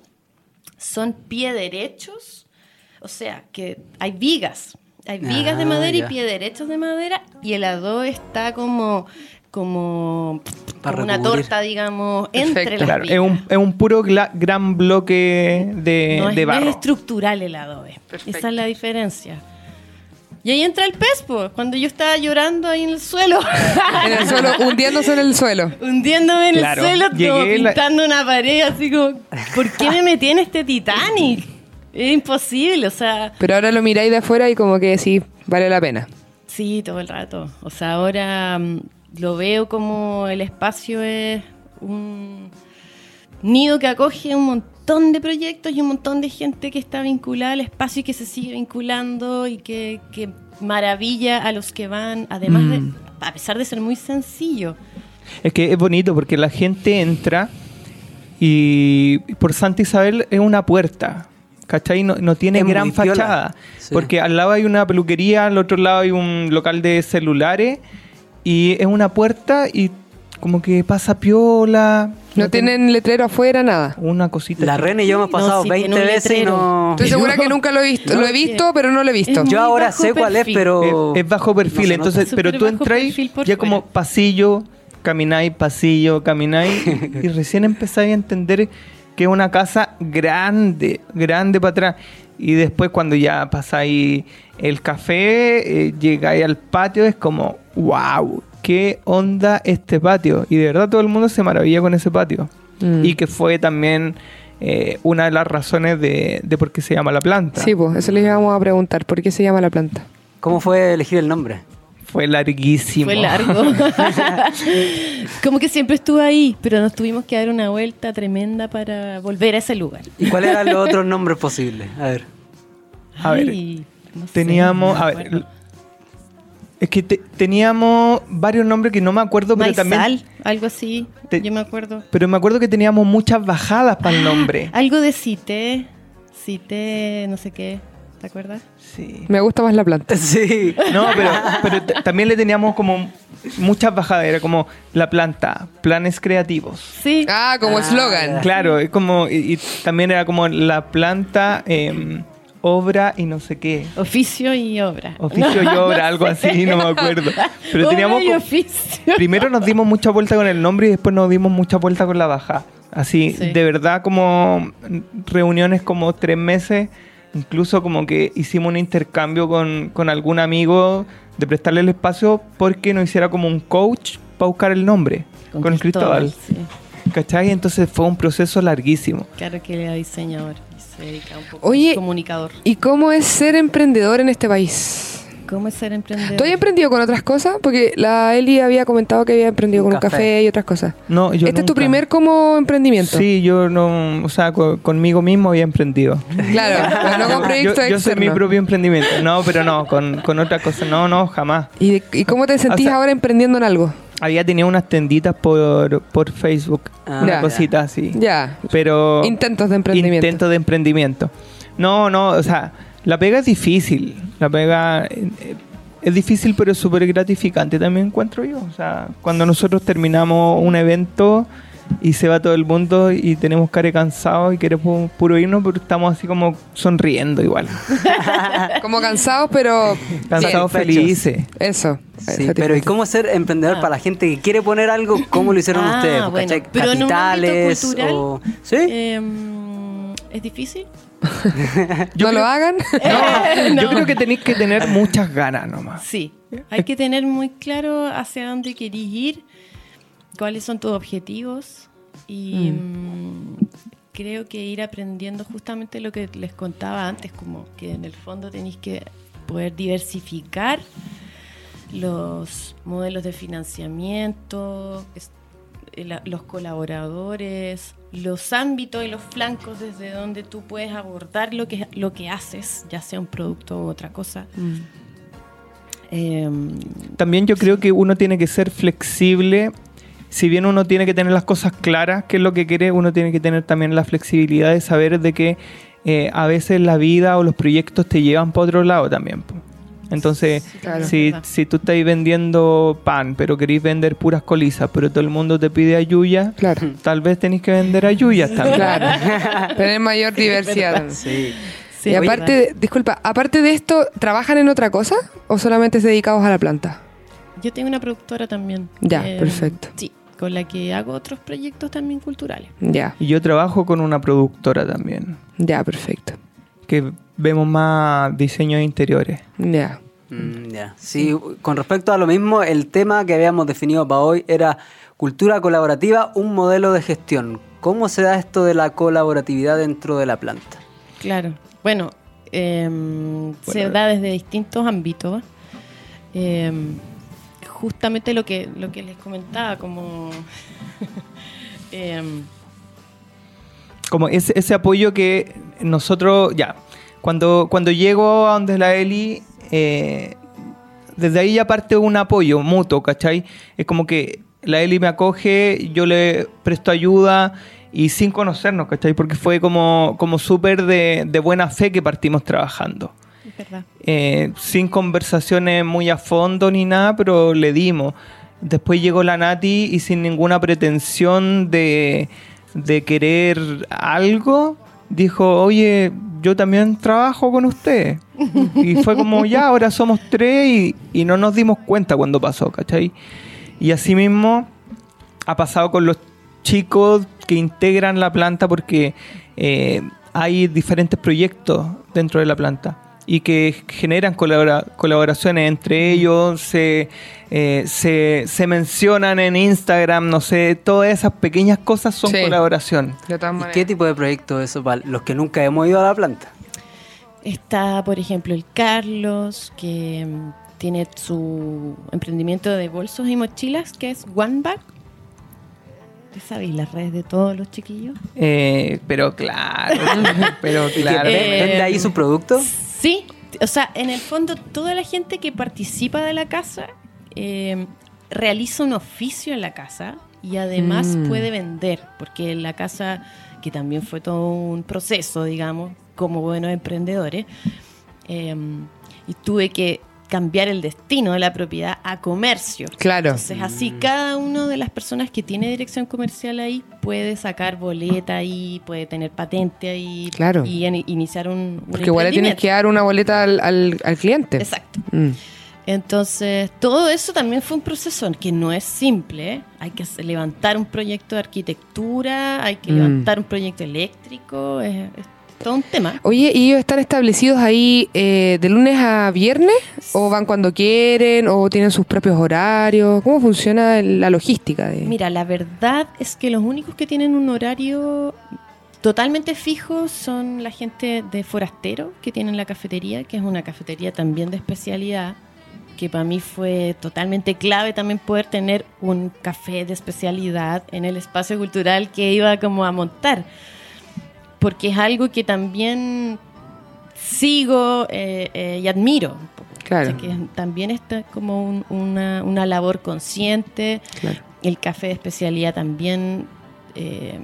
[SPEAKER 4] son pie derechos. O sea, que hay vigas. Hay vigas de
[SPEAKER 3] Ah,
[SPEAKER 4] madera
[SPEAKER 3] ya.
[SPEAKER 4] y pie derechos de madera y el adobe está como como,
[SPEAKER 3] Para
[SPEAKER 4] como una
[SPEAKER 3] recubrir.
[SPEAKER 4] torta, digamos, entre
[SPEAKER 1] Perfecto.
[SPEAKER 4] las
[SPEAKER 5] Claro,
[SPEAKER 4] vigas.
[SPEAKER 5] es un, es un puro gla- gran bloque de,
[SPEAKER 4] no, es,
[SPEAKER 5] Eh, de
[SPEAKER 4] no es
[SPEAKER 5] barro.
[SPEAKER 4] estructural el adobe. Esa es la diferencia. Y ahí entra el pez, po, cuando yo estaba llorando ahí en el suelo.
[SPEAKER 1] En el suelo, hundiéndose en el suelo.
[SPEAKER 4] Hundiéndome en
[SPEAKER 5] Claro,
[SPEAKER 4] el suelo, como
[SPEAKER 5] llegué la-
[SPEAKER 4] pintando una pared, así como, ¿por qué me metí en este Titanic? Es imposible, o sea,
[SPEAKER 1] Pero ahora lo miráis de afuera y como que sí, vale la pena.
[SPEAKER 4] Sí, todo el rato. O sea, ahora mm, lo veo como el espacio es un nido que acoge un montón de proyectos y un montón de gente que está vinculada al espacio y que se sigue vinculando y que, que maravilla a los que van, además
[SPEAKER 5] Mm.
[SPEAKER 4] de, a pesar de ser muy sencillo.
[SPEAKER 5] Es que es bonito porque la gente entra y por Santa Isabel es una puerta. ¿Cachai? No, no tiene
[SPEAKER 3] Es muy
[SPEAKER 5] gran
[SPEAKER 3] piola.
[SPEAKER 5] fachada.
[SPEAKER 3] Sí.
[SPEAKER 5] Porque al lado hay una peluquería, al otro lado hay un local de celulares y es una puerta y como que pasa piola.
[SPEAKER 1] No tienen letrero afuera, nada.
[SPEAKER 5] Una cosita.
[SPEAKER 3] La
[SPEAKER 5] así.
[SPEAKER 3] Rene y yo hemos
[SPEAKER 4] No,
[SPEAKER 3] pasado
[SPEAKER 4] sí, tiene
[SPEAKER 3] 20
[SPEAKER 4] un
[SPEAKER 3] veces y
[SPEAKER 4] letrero.
[SPEAKER 3] no...
[SPEAKER 1] Estoy segura que nunca lo he visto. Lo he visto, pero no lo he visto.
[SPEAKER 4] Es muy
[SPEAKER 3] Yo ahora
[SPEAKER 4] bajo
[SPEAKER 3] sé cuál es,
[SPEAKER 4] perfil.
[SPEAKER 3] pero...
[SPEAKER 5] Es, es bajo perfil,
[SPEAKER 3] no se
[SPEAKER 5] entonces,
[SPEAKER 4] nota.
[SPEAKER 5] pero tú
[SPEAKER 4] Súper bajo
[SPEAKER 5] entras
[SPEAKER 4] perfil por
[SPEAKER 5] ya como
[SPEAKER 4] fuera.
[SPEAKER 5] pasillo, camináis, pasillo, camináis, y recién empezáis a entender que es una casa grande, grande para atrás. Y después cuando ya pasáis el café, eh, llegáis al patio, es como, wow, qué onda este patio. Y de verdad todo el mundo se maravilla con ese patio.
[SPEAKER 1] Mm.
[SPEAKER 5] Y que fue también eh, una de las razones de, de por qué se llama la planta.
[SPEAKER 1] Sí, pues eso les íbamos a preguntar. ¿Por qué se llama la planta?
[SPEAKER 3] ¿Cómo fue elegir el nombre?
[SPEAKER 5] Fue larguísimo.
[SPEAKER 4] Fue largo. como que siempre estuve ahí, pero nos tuvimos que dar una vuelta tremenda para volver a ese lugar.
[SPEAKER 3] ¿Y cuáles eran los otros nombres posibles? A ver.
[SPEAKER 5] A ver,
[SPEAKER 4] Ay, no sé,
[SPEAKER 5] Teníamos.
[SPEAKER 4] no me
[SPEAKER 5] a ver,
[SPEAKER 4] acuerdo.
[SPEAKER 5] es que te- teníamos varios nombres que no me acuerdo, pero
[SPEAKER 4] Maizal,
[SPEAKER 5] también.
[SPEAKER 4] algo así,
[SPEAKER 5] Te-
[SPEAKER 4] yo me acuerdo.
[SPEAKER 5] Pero me acuerdo que teníamos muchas bajadas para el nombre.
[SPEAKER 4] Algo de Cité, Cité, no sé qué, ¿te acuerdas?
[SPEAKER 5] Sí.
[SPEAKER 1] Me gusta más la planta.
[SPEAKER 3] Sí.
[SPEAKER 5] No, pero, pero t- también le teníamos como muchas bajadas. Era como la planta, planes creativos.
[SPEAKER 4] Sí,
[SPEAKER 1] Ah, como eslogan.
[SPEAKER 5] Claro, es como. Y, y también era como la planta, em, obra y no sé qué.
[SPEAKER 4] oficio y obra.
[SPEAKER 5] Oficio y obra, algo así, no me acuerdo. Pero teníamos
[SPEAKER 4] Obra y
[SPEAKER 5] co-
[SPEAKER 4] oficio.
[SPEAKER 5] Primero nos dimos mucha vuelta con el nombre y después nos dimos mucha vuelta con la baja. Así,
[SPEAKER 4] Sí.
[SPEAKER 5] de verdad, como reuniones como tres meses, incluso como que hicimos un intercambio con, con algún amigo de prestarle el espacio porque nos hiciera como un coach para buscar el nombre con, el Cristóbal.
[SPEAKER 4] sí.
[SPEAKER 5] ¿Cachai? Entonces fue un proceso larguísimo.
[SPEAKER 4] Claro que era diseñador y se dedica un poco
[SPEAKER 1] Oye.
[SPEAKER 4] a comunicador.
[SPEAKER 1] ¿Y cómo es ser emprendedor en este país?
[SPEAKER 4] ¿Cómo es ser emprendedor?
[SPEAKER 1] ¿Tú has emprendido con otras cosas? Porque la Eli había comentado que había emprendido
[SPEAKER 3] Un
[SPEAKER 1] con un
[SPEAKER 3] café.
[SPEAKER 1] café y otras cosas.
[SPEAKER 5] No, yo
[SPEAKER 1] este es tu
[SPEAKER 5] nunca-
[SPEAKER 1] primer como emprendimiento.
[SPEAKER 5] Sí, yo no, o sea, co- conmigo mismo había emprendido.
[SPEAKER 1] Claro, no con
[SPEAKER 5] yo,
[SPEAKER 1] proyecto
[SPEAKER 5] yo soy mi
[SPEAKER 1] externo.
[SPEAKER 5] propio emprendimiento. No, pero no, con, con otra cosa. No, no, jamás.
[SPEAKER 1] ¿Y, de- y cómo te sentís
[SPEAKER 5] O sea-
[SPEAKER 1] ahora emprendiendo en algo?
[SPEAKER 5] Había tenido unas tenditas por, por Facebook,
[SPEAKER 3] Ah,
[SPEAKER 5] una
[SPEAKER 1] ya.
[SPEAKER 5] cosita así.
[SPEAKER 1] Ya.
[SPEAKER 5] Pero.
[SPEAKER 1] Intentos de emprendimiento.
[SPEAKER 5] Intento de emprendimiento. No, no, o sea, la pega es difícil. La pega eh, eh, es difícil, pero es súper gratificante también encuentro yo. O sea, cuando nosotros terminamos un evento y se va todo el mundo y tenemos cara de cansado y queremos puro irnos, pero estamos así como sonriendo igual.
[SPEAKER 4] Ah.
[SPEAKER 1] Como cansados, pero.
[SPEAKER 3] Satisfechos.
[SPEAKER 5] Cansados, felices.
[SPEAKER 1] bien. Eso.
[SPEAKER 3] Sí, pero ¿y cómo ser emprendedor
[SPEAKER 4] Ah.
[SPEAKER 3] para la gente que quiere poner algo? ¿Cómo lo hicieron
[SPEAKER 4] Ah,
[SPEAKER 3] ustedes?
[SPEAKER 4] bueno,
[SPEAKER 3] ¿Cachai?
[SPEAKER 4] pero en un
[SPEAKER 3] ¿Capitales
[SPEAKER 4] ámbito cultural, eh,
[SPEAKER 3] o...? ¿Sí?
[SPEAKER 4] Em, ¿Es difícil?
[SPEAKER 1] ¿No lo hagan?
[SPEAKER 5] No, yo
[SPEAKER 4] No.
[SPEAKER 5] creo que tenéis que tener muchas ganas nomás.
[SPEAKER 4] Sí, hay que tener muy claro hacia dónde querís ir, cuáles son tus objetivos y mm, creo que ir aprendiendo justamente lo que les contaba antes, como que en el fondo tenéis que poder diversificar los modelos de financiamiento, es- el- los colaboradores, los ámbitos y los flancos desde donde tú puedes abordar lo que, lo que haces, ya sea un producto u otra cosa. Em,
[SPEAKER 5] También yo creo que uno tiene que ser flexible. Si bien uno tiene que tener las cosas claras, qué es lo que quiere, uno tiene que tener también la flexibilidad de saber de que eh, a veces la vida o los proyectos te llevan para otro lado también. po. Entonces,
[SPEAKER 4] Sí, claro.
[SPEAKER 5] si,
[SPEAKER 4] Verdad.
[SPEAKER 5] si tú estás vendiendo pan, pero querís vender puras colisas, pero todo el mundo te pide ayuya,
[SPEAKER 1] Claro.
[SPEAKER 5] tal vez tenés que vender ayuyas también.
[SPEAKER 1] Claro. Tener mayor diversidad.
[SPEAKER 3] Sí.
[SPEAKER 4] sí,
[SPEAKER 1] y
[SPEAKER 4] es
[SPEAKER 1] aparte,
[SPEAKER 4] verdad.
[SPEAKER 1] de- disculpa, aparte de esto, ¿trabajan en otra cosa o solamente es dedicados a la planta?
[SPEAKER 4] Yo tengo una productora también. eh,
[SPEAKER 1] Ya, perfecto.
[SPEAKER 4] Sí, con la que hago otros proyectos también culturales.
[SPEAKER 1] Ya,
[SPEAKER 5] Y yo trabajo con una productora también,
[SPEAKER 1] ya, perfecto.
[SPEAKER 5] que vemos más diseños interiores.
[SPEAKER 1] Ya.
[SPEAKER 3] Mm, ya. Sí, con respecto a lo mismo, el tema que habíamos definido para hoy era cultura colaborativa, un modelo de gestión. ¿Cómo se da esto de la colaboratividad dentro de la planta?
[SPEAKER 4] Claro. Bueno, em, se da desde distintos ámbitos. Em, justamente lo que, lo que les comentaba, como... em,
[SPEAKER 5] como ese, ese apoyo que nosotros, ya, cuando, cuando llego a donde la Eli, eh, desde ahí ya parte un apoyo mutuo, ¿cachai? Es como que la Eli me acoge, yo le presto ayuda y sin conocernos, ¿cachai? Porque fue como, como súper de, de buena fe que partimos trabajando.
[SPEAKER 4] es verdad.
[SPEAKER 5] Eh, sin conversaciones muy a fondo ni nada, pero le dimos. Después llegó la Nati y sin ninguna pretensión de, de querer algo, dijo, oye, yo también trabajo con usted. Y fue como, ya, ahora somos tres y, y no nos dimos cuenta cuando pasó, ¿cachai? Y así mismo ha pasado con los chicos que integran la planta porque eh, hay diferentes proyectos dentro de la planta y que generan colabora- colaboraciones entre ellos, se, eh, se, se mencionan en Instagram, no sé, todas esas pequeñas cosas son
[SPEAKER 1] Sí.
[SPEAKER 5] colaboración.
[SPEAKER 1] De todas
[SPEAKER 3] ¿Y
[SPEAKER 1] maneras.
[SPEAKER 3] qué tipo de proyecto es eso para los que nunca hemos ido a la planta?
[SPEAKER 4] Está, por ejemplo, el Carlos, que mm, tiene su emprendimiento de bolsos y mochilas, que es One Bag. ¿Ustedes sabéis las redes de todos los chiquillos?
[SPEAKER 5] Eh, pero claro, pero
[SPEAKER 3] ¿Y que
[SPEAKER 5] claro.
[SPEAKER 3] ven-
[SPEAKER 4] Eh,
[SPEAKER 3] vende ahí su producto?
[SPEAKER 4] Sí, o sea, en el fondo toda la gente que participa de la casa eh, realiza un oficio en la casa y además
[SPEAKER 1] Mm.
[SPEAKER 4] puede vender, porque la casa, que también fue todo un proceso, digamos, como buenos emprendedores, eh, y tuve que cambiar el destino de la propiedad a comercio.
[SPEAKER 1] Claro.
[SPEAKER 4] Entonces, así cada una de las personas que tiene dirección comercial ahí puede sacar boleta ahí, puede tener patente ahí
[SPEAKER 1] Claro.
[SPEAKER 4] y en- iniciar un, un
[SPEAKER 1] Porque igual le tienes
[SPEAKER 4] emprendimiento.
[SPEAKER 1] que dar una boleta al, al- al cliente.
[SPEAKER 4] Exacto.
[SPEAKER 1] Mm.
[SPEAKER 4] Entonces, todo eso también fue un proceso que no es simple. ¿eh? Hay que hacer- levantar un proyecto de arquitectura, hay que
[SPEAKER 1] Mm.
[SPEAKER 4] levantar un proyecto eléctrico, es, es todo un tema.
[SPEAKER 1] Oye, ¿y ellos están establecidos ahí eh, de lunes a viernes? ¿O van cuando quieren? ¿O tienen sus propios horarios? ¿Cómo funciona el- la logística? De...
[SPEAKER 4] Mira, la verdad es que los únicos que tienen un horario totalmente fijo son la gente de Forastero, que tienen la cafetería, que es una cafetería también de especialidad, que para mí fue totalmente clave también poder tener un café de especialidad en el espacio cultural que iba como a montar, porque es algo que también sigo eh, eh, y admiro.
[SPEAKER 1] Claro.
[SPEAKER 4] O sea, que también está como un- una, una labor consciente,
[SPEAKER 1] Claro.
[SPEAKER 4] el café de especialidad también eh,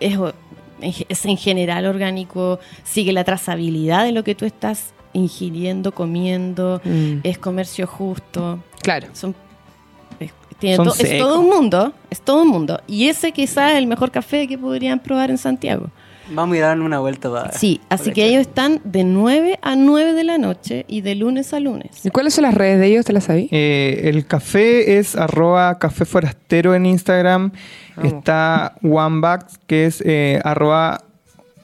[SPEAKER 4] es, o- en ge- es en general orgánico, sigue la trazabilidad de lo que tú estás ingiriendo, comiendo,
[SPEAKER 1] Mm.
[SPEAKER 4] es comercio justo,
[SPEAKER 1] Claro.
[SPEAKER 4] son, es, tiene
[SPEAKER 5] Son
[SPEAKER 4] to- es
[SPEAKER 5] secos.
[SPEAKER 4] todo un mundo, es todo un mundo. Y ese quizás es el mejor café que podrían probar en Santiago.
[SPEAKER 3] Vamos a ir a dar una vuelta para...
[SPEAKER 4] Sí, así
[SPEAKER 3] para
[SPEAKER 4] que ellos están de 9 a 9 de la noche y de lunes a lunes.
[SPEAKER 1] ¿Y cuáles son las redes de ellos? ¿Te las sabí?
[SPEAKER 5] Eh, el café es arroba café forastero en Instagram.
[SPEAKER 1] Vamos.
[SPEAKER 5] Está OneBags, que es eh, arroba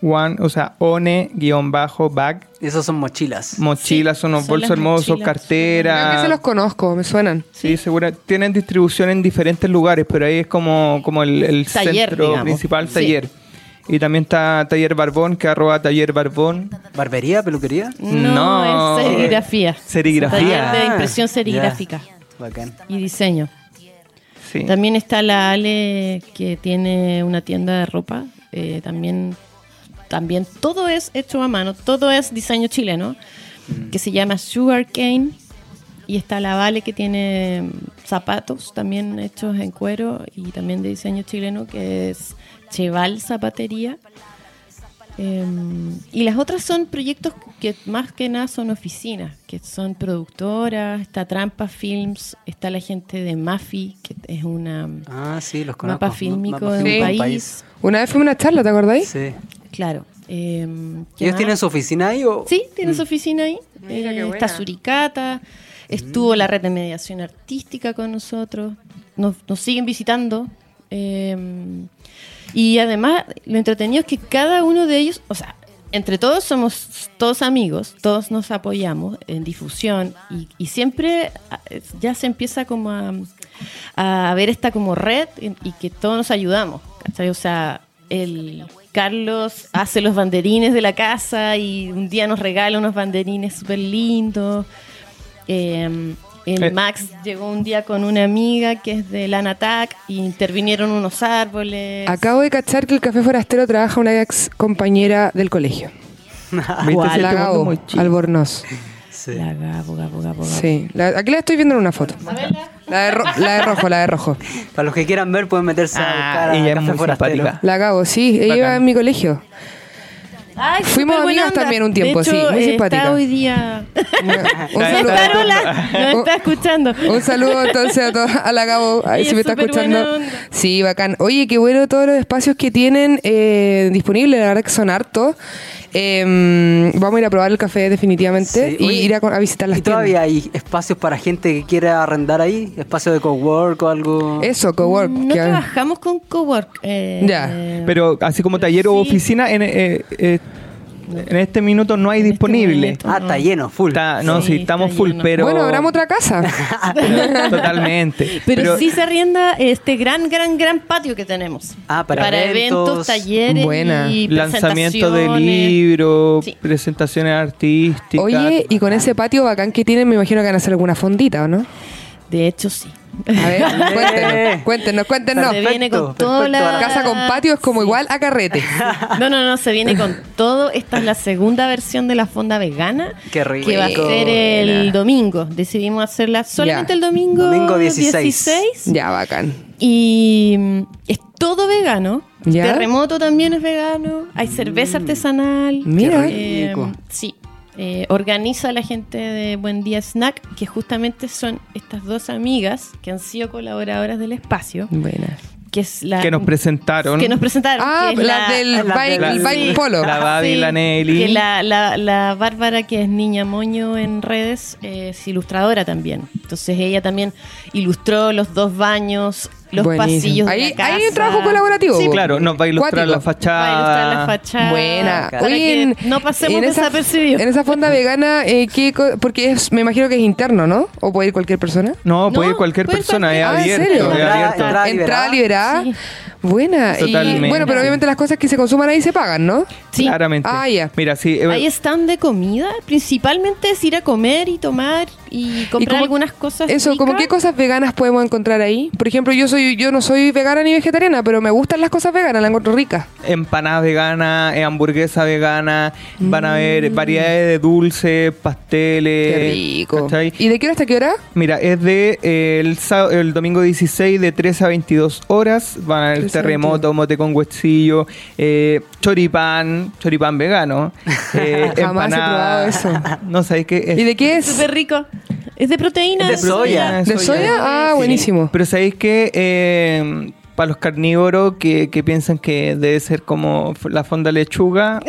[SPEAKER 5] one, o sea, one guión bajo bag.
[SPEAKER 3] Esos son mochilas.
[SPEAKER 5] Mochilas,
[SPEAKER 4] Sí,
[SPEAKER 5] unos
[SPEAKER 4] son
[SPEAKER 5] bolsos
[SPEAKER 4] las
[SPEAKER 5] hermosos,
[SPEAKER 4] mochilas.
[SPEAKER 1] Creo que
[SPEAKER 5] carteras.
[SPEAKER 1] se los conozco, me suenan.
[SPEAKER 5] Sí, segura. Tienen distribución en diferentes lugares, pero ahí es como, como el, el
[SPEAKER 4] Taller,
[SPEAKER 5] centro
[SPEAKER 4] digamos.
[SPEAKER 5] principal,
[SPEAKER 4] Sí.
[SPEAKER 5] taller. Y también está Taller Barbón, que arroba Taller Barbón.
[SPEAKER 3] ¿Barbería, peluquería?
[SPEAKER 5] No.
[SPEAKER 4] No, es serigrafía.
[SPEAKER 5] Serigrafía.
[SPEAKER 4] Taller de impresión
[SPEAKER 3] ya.
[SPEAKER 4] serigráfica
[SPEAKER 3] Bacán.
[SPEAKER 4] y diseño.
[SPEAKER 5] Sí.
[SPEAKER 4] También está la Ale que tiene una tienda de ropa. eh, también, también todo es hecho a mano, todo es diseño chileno, que se llama Sugar Cane. Y está la Vale que tiene zapatos también hechos en cuero y también de diseño chileno, que es Cheval Zapatería. Eh, y las otras son proyectos que más que nada son oficinas, que son productoras, está Trampa Films, está la gente de Mafi, que es una
[SPEAKER 3] Ah, sí, los conozco.
[SPEAKER 4] mapa fílmico
[SPEAKER 3] Mapa
[SPEAKER 4] de
[SPEAKER 1] Sí.
[SPEAKER 4] un
[SPEAKER 3] fílmico
[SPEAKER 4] país.
[SPEAKER 1] Una vez fue una charla, ¿te acordáis?
[SPEAKER 3] Sí.
[SPEAKER 4] Claro. Eh, ¿qué
[SPEAKER 3] ¿Ellos
[SPEAKER 4] más?
[SPEAKER 3] tienen su oficina ahí o...?
[SPEAKER 4] Sí, tiene
[SPEAKER 3] Mm.
[SPEAKER 4] su oficina ahí.
[SPEAKER 1] Mira,
[SPEAKER 4] Eh,
[SPEAKER 1] qué buena.
[SPEAKER 4] está Suricata, estuvo la red de mediación artística con nosotros, nos, nos siguen visitando. eh, y además, lo entretenido es que cada uno de ellos, o sea, entre todos somos todos amigos, todos nos apoyamos en difusión y, y siempre ah, eh, ya se empieza como a, a ver esta como red y, y que todos nos ayudamos. ¿cachai? O sea, el Carlos hace los banderines de la casa y un día nos regala unos banderines súper lindos. Eh, el
[SPEAKER 5] Eh.
[SPEAKER 4] Max llegó un día con una amiga que es de Lanatac y intervinieron unos árboles.
[SPEAKER 1] Acabo de cachar que el Café Forastero trabaja una ex compañera del colegio.
[SPEAKER 5] ¿Viste?
[SPEAKER 4] Ah, Guau.
[SPEAKER 5] Sí,
[SPEAKER 1] La
[SPEAKER 5] este mundo es
[SPEAKER 1] Gabo,
[SPEAKER 5] muy chico.
[SPEAKER 1] Albornoz.
[SPEAKER 3] Sí.
[SPEAKER 4] La Gabo, Gabo, Gabo, Gabo.
[SPEAKER 1] Sí. La- aquí la estoy viendo en una foto. La de, ro- la de rojo, la de rojo.
[SPEAKER 3] Para los que quieran ver pueden meterse a
[SPEAKER 5] Ah,
[SPEAKER 3] buscar a
[SPEAKER 5] ella es
[SPEAKER 3] Café
[SPEAKER 5] muy
[SPEAKER 3] Forastero.
[SPEAKER 5] simpática.
[SPEAKER 1] La Gabo, sí. Ella
[SPEAKER 5] Bacán.
[SPEAKER 1] iba en mi colegio.
[SPEAKER 4] Ay,
[SPEAKER 1] Fuimos
[SPEAKER 4] súper buena
[SPEAKER 1] amigas
[SPEAKER 4] onda.
[SPEAKER 1] también un tiempo,
[SPEAKER 4] De
[SPEAKER 1] sí,
[SPEAKER 4] hecho,
[SPEAKER 1] muy
[SPEAKER 4] eh,
[SPEAKER 1] simpática.
[SPEAKER 4] Está hoy día.
[SPEAKER 1] Un
[SPEAKER 4] No
[SPEAKER 5] Ahí
[SPEAKER 1] saludo.
[SPEAKER 5] está.
[SPEAKER 4] está Lola, no está escuchando.
[SPEAKER 1] Un saludo entonces a, to- a la Gabo, ahí
[SPEAKER 4] Ella
[SPEAKER 1] si me
[SPEAKER 4] es
[SPEAKER 1] está
[SPEAKER 4] súper
[SPEAKER 1] escuchando.
[SPEAKER 4] buena onda.
[SPEAKER 1] Sí, bacán. Oye, qué bueno todos los espacios que tienen eh, disponibles, la verdad que son hartos. Eh, vamos a ir a probar el café definitivamente
[SPEAKER 3] Sí,
[SPEAKER 1] y
[SPEAKER 3] oye,
[SPEAKER 1] ir a, co- a visitar las
[SPEAKER 3] ¿Y todavía
[SPEAKER 1] tiendas.
[SPEAKER 3] hay espacios para gente que quiera arrendar ahí? ¿Espacio de cowork o algo?
[SPEAKER 1] Eso, cowork.
[SPEAKER 4] Mm, No
[SPEAKER 1] que-
[SPEAKER 4] trabajamos con cowork. eh,
[SPEAKER 1] Ya,
[SPEAKER 4] eh,
[SPEAKER 5] Pero así como taller o
[SPEAKER 4] sí.
[SPEAKER 5] oficina, en, eh, eh, en este minuto no hay
[SPEAKER 4] En este
[SPEAKER 5] disponible.
[SPEAKER 4] momento.
[SPEAKER 3] Ah, está lleno, full.
[SPEAKER 5] Está- no, sí,
[SPEAKER 4] Sí,
[SPEAKER 5] estamos
[SPEAKER 4] está
[SPEAKER 5] full,
[SPEAKER 4] lleno.
[SPEAKER 5] pero... Ah,
[SPEAKER 1] Bueno, abramos otra casa.
[SPEAKER 5] pero- Totalmente.
[SPEAKER 4] Pero, sí se arrienda este gran, gran, gran patio que tenemos.
[SPEAKER 3] Ah, para
[SPEAKER 4] eventos,
[SPEAKER 3] eventos.
[SPEAKER 4] talleres
[SPEAKER 1] Buena.
[SPEAKER 4] y
[SPEAKER 5] lanzamiento de
[SPEAKER 4] presentaciones.
[SPEAKER 5] libros,
[SPEAKER 4] Sí.
[SPEAKER 5] presentaciones artísticas.
[SPEAKER 1] Oye, y con ese patio bacán que tienen, me imagino que van a hacer alguna fondita, ¿o no?
[SPEAKER 4] De hecho, sí.
[SPEAKER 1] A ver, cuéntenos,
[SPEAKER 3] Eh.
[SPEAKER 1] cuéntenos, cuéntenos.
[SPEAKER 4] se
[SPEAKER 3] Perfecto,
[SPEAKER 4] viene con
[SPEAKER 3] perfecto.
[SPEAKER 4] toda la...
[SPEAKER 1] Casa con patio es como igual a carrete.
[SPEAKER 4] No, no, no, se viene con todo. Esta es la segunda versión de la fonda vegana.
[SPEAKER 3] Qué rico.
[SPEAKER 4] Que va a ser el domingo. Decidimos hacerla solamente
[SPEAKER 1] Ya.
[SPEAKER 4] el domingo,
[SPEAKER 3] Domingo 16.
[SPEAKER 4] 16.
[SPEAKER 1] Ya, bacán.
[SPEAKER 4] Y mm, es todo vegano.
[SPEAKER 1] ¿Ya? Mm.
[SPEAKER 4] Terremoto también es vegano. Hay cerveza artesanal.
[SPEAKER 1] Mira.
[SPEAKER 4] Eh,
[SPEAKER 3] rico.
[SPEAKER 4] sí. Eh, organiza la gente de Buen Día Snack, que justamente son estas dos amigas que han sido colaboradoras del espacio,
[SPEAKER 1] Buena.
[SPEAKER 4] que es la
[SPEAKER 5] que nos presentaron.
[SPEAKER 4] que nos presentaron.
[SPEAKER 1] Ah,
[SPEAKER 4] que es
[SPEAKER 1] la del
[SPEAKER 3] la-
[SPEAKER 1] bike,
[SPEAKER 5] la-
[SPEAKER 1] el bike
[SPEAKER 5] sí.
[SPEAKER 1] polo.
[SPEAKER 5] La Babi, la Nelly.
[SPEAKER 4] que la, la- la Bárbara, que es niña moño en redes, es ilustradora también. Entonces ella también ilustró los dos baños, los
[SPEAKER 1] Buenísimo.
[SPEAKER 4] pasillos de
[SPEAKER 1] Ahí-
[SPEAKER 4] la casa.
[SPEAKER 1] ahí hay un trabajo colaborativo,
[SPEAKER 5] Sí,
[SPEAKER 1] po.
[SPEAKER 5] claro, nos va a ilustrar
[SPEAKER 1] Cuático.
[SPEAKER 5] la fachada.
[SPEAKER 4] Para ilustrar
[SPEAKER 5] Ah.
[SPEAKER 4] la fachada.
[SPEAKER 1] Buena.
[SPEAKER 4] Para que
[SPEAKER 1] en-
[SPEAKER 4] no pasemos
[SPEAKER 1] en esa-
[SPEAKER 4] desapercibidos.
[SPEAKER 1] En esa fonda vegana, eh, ¿qué co- porque es, me imagino que es interno, ¿no? ¿O puede ir cualquier persona?
[SPEAKER 5] No,
[SPEAKER 4] No,
[SPEAKER 5] puede ir cualquier
[SPEAKER 4] puede ir
[SPEAKER 5] persona, es
[SPEAKER 4] cualquier-
[SPEAKER 1] Ah, ¿en
[SPEAKER 5] abierto,
[SPEAKER 1] serio?
[SPEAKER 5] es
[SPEAKER 3] Entrada-
[SPEAKER 5] abierto.
[SPEAKER 3] entrada
[SPEAKER 1] Entrada
[SPEAKER 4] liberada.
[SPEAKER 1] liberada. Buena. Y-
[SPEAKER 5] Totalmente.
[SPEAKER 1] bueno, pero obviamente las cosas que se consuman ahí se pagan, ¿no?
[SPEAKER 4] Sí.
[SPEAKER 5] Claramente.
[SPEAKER 1] Ah, ya.
[SPEAKER 5] Mira, sí. eh,
[SPEAKER 4] Ahí están de comida. Principalmente es ir a comer y tomar y
[SPEAKER 1] ¿Y
[SPEAKER 4] comprar
[SPEAKER 1] cómo-
[SPEAKER 4] algunas cosas.
[SPEAKER 1] Eso, como
[SPEAKER 4] ricas.
[SPEAKER 1] qué cosas veganas podemos encontrar ahí. Por ejemplo, yo soy yo no soy vegana ni vegetariana, pero me gustan las cosas veganas, las encuentro ricas.
[SPEAKER 5] empanadas veganas, eh, hamburguesa vegana, van a haber variedades de dulces, pasteles.
[SPEAKER 1] Mm. Qué rico.
[SPEAKER 5] Eh, ¿cachai?
[SPEAKER 1] ¿Y de qué hora hasta qué hora?
[SPEAKER 5] Mira, es de eh, el, sá- el domingo 16 de 13 a 22 horas. Van a haber
[SPEAKER 1] 13 a
[SPEAKER 5] terremoto, mote con huesillo, eh, choripán, choripán vegano. eh,
[SPEAKER 1] Jamás he probado eso.
[SPEAKER 5] No sabéis qué es.
[SPEAKER 1] ¿Y de qué es?
[SPEAKER 4] Súper rico. Es de proteína.
[SPEAKER 3] Es de soya.
[SPEAKER 1] ¿De soya? Ah,
[SPEAKER 4] Sí.
[SPEAKER 1] buenísimo.
[SPEAKER 5] Pero sabéis que para los carnívoros que, que piensan que debe ser como f- la fonda lechuga,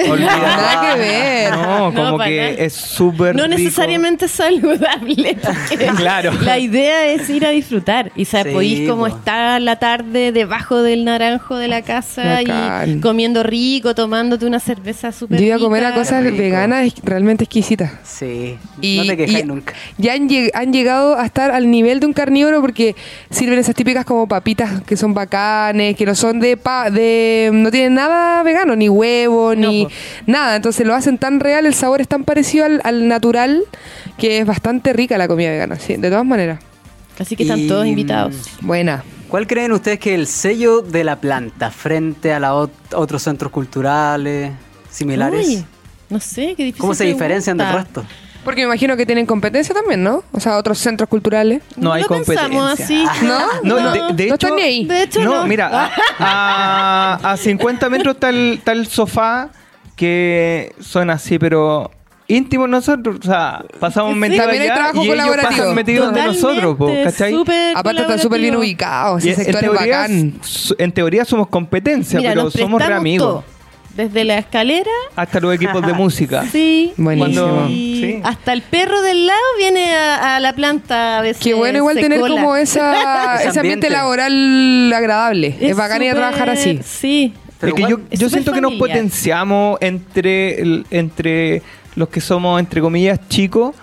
[SPEAKER 5] olvídate.
[SPEAKER 1] Nada que ver.
[SPEAKER 5] No,
[SPEAKER 4] No,
[SPEAKER 5] como
[SPEAKER 4] para
[SPEAKER 5] que
[SPEAKER 4] nada.
[SPEAKER 5] es súper
[SPEAKER 4] No
[SPEAKER 5] rico.
[SPEAKER 4] necesariamente saludable. porque
[SPEAKER 5] Claro.
[SPEAKER 4] La idea es ir a disfrutar. Y
[SPEAKER 3] Sí,
[SPEAKER 4] sabéis cómo
[SPEAKER 3] po.
[SPEAKER 4] está la tarde debajo del naranjo de
[SPEAKER 5] Ah,
[SPEAKER 4] la casa
[SPEAKER 1] Bacán.
[SPEAKER 4] y comiendo rico, tomándote una cerveza súper
[SPEAKER 1] Yo iba a comer a
[SPEAKER 4] rica.
[SPEAKER 1] cosas
[SPEAKER 3] rico.
[SPEAKER 1] veganas ex- realmente exquisitas.
[SPEAKER 3] Sí,
[SPEAKER 1] Y-
[SPEAKER 3] no te quejáis
[SPEAKER 1] y
[SPEAKER 3] nunca.
[SPEAKER 1] Ya han, lleg- han llegado a estar al nivel de un carnívoro porque sirven esas típicas como papitas que son veganes, que no son de pa- de no tienen nada vegano, ni huevo,
[SPEAKER 4] No,
[SPEAKER 1] ni
[SPEAKER 4] po.
[SPEAKER 1] nada. Entonces lo hacen tan real, el sabor es tan parecido al, al natural que es bastante rica la comida vegana, sí, de todas maneras.
[SPEAKER 4] Así que están
[SPEAKER 3] Y,
[SPEAKER 4] todos
[SPEAKER 3] mm,
[SPEAKER 4] invitados.
[SPEAKER 1] Buena.
[SPEAKER 3] ¿Cuál creen ustedes que es el sello de la planta frente a la ot- otros centros culturales similares?
[SPEAKER 4] Uy, no sé, qué difícil.
[SPEAKER 3] ¿Cómo se
[SPEAKER 4] pregunta.
[SPEAKER 3] diferencian del resto?
[SPEAKER 1] Porque me imagino que tienen competencia también, ¿no? O sea, otros centros culturales.
[SPEAKER 5] No hay
[SPEAKER 4] lo pensamos
[SPEAKER 5] competencia.
[SPEAKER 4] así.
[SPEAKER 1] ¿No?
[SPEAKER 5] No,
[SPEAKER 1] No,
[SPEAKER 5] de, de
[SPEAKER 1] no
[SPEAKER 5] hecho,
[SPEAKER 1] están ni ahí.
[SPEAKER 4] De hecho, no.
[SPEAKER 5] mira, a, a- a 50 metros está el, está el sofá que son así, pero íntimos nosotros. O sea, pasamos
[SPEAKER 4] Sí,
[SPEAKER 5] metido
[SPEAKER 1] también hay
[SPEAKER 5] allá
[SPEAKER 1] trabajo
[SPEAKER 5] y ellos
[SPEAKER 1] colaborativo.
[SPEAKER 5] pasan metidos de
[SPEAKER 4] Totalmente,
[SPEAKER 5] nosotros, po, ¿cachai?
[SPEAKER 4] súper
[SPEAKER 1] Aparte están súper bien
[SPEAKER 4] colaborativo.
[SPEAKER 1] ubicados,
[SPEAKER 5] Y
[SPEAKER 1] ese sector es
[SPEAKER 5] teoría,
[SPEAKER 1] bacán.
[SPEAKER 5] su- en teoría somos competencia,
[SPEAKER 4] Mira,
[SPEAKER 5] pero
[SPEAKER 4] nos
[SPEAKER 5] somos re
[SPEAKER 4] prestamos
[SPEAKER 5] amigos.
[SPEAKER 4] todo. Desde la escalera,
[SPEAKER 5] Hasta los equipos de música.
[SPEAKER 4] sí.
[SPEAKER 1] Buenísimo.
[SPEAKER 5] Cuando-
[SPEAKER 4] y
[SPEAKER 5] sí.
[SPEAKER 4] Hasta el perro del lado viene a, a la planta a veces.
[SPEAKER 1] Qué bueno igual
[SPEAKER 4] se
[SPEAKER 1] tener
[SPEAKER 4] cola.
[SPEAKER 1] como esa,
[SPEAKER 3] Ese
[SPEAKER 1] ese ambiente
[SPEAKER 3] ambiente.
[SPEAKER 1] laboral agradable. Es, bacán ir a
[SPEAKER 4] súper-
[SPEAKER 1] trabajar así.
[SPEAKER 4] Sí.
[SPEAKER 3] Pero
[SPEAKER 5] es que
[SPEAKER 3] igual-
[SPEAKER 5] yo,
[SPEAKER 4] es
[SPEAKER 5] yo
[SPEAKER 4] súper
[SPEAKER 5] siento que nos
[SPEAKER 4] familiar.
[SPEAKER 5] potenciamos entre, el- entre los que somos, entre comillas, chicos.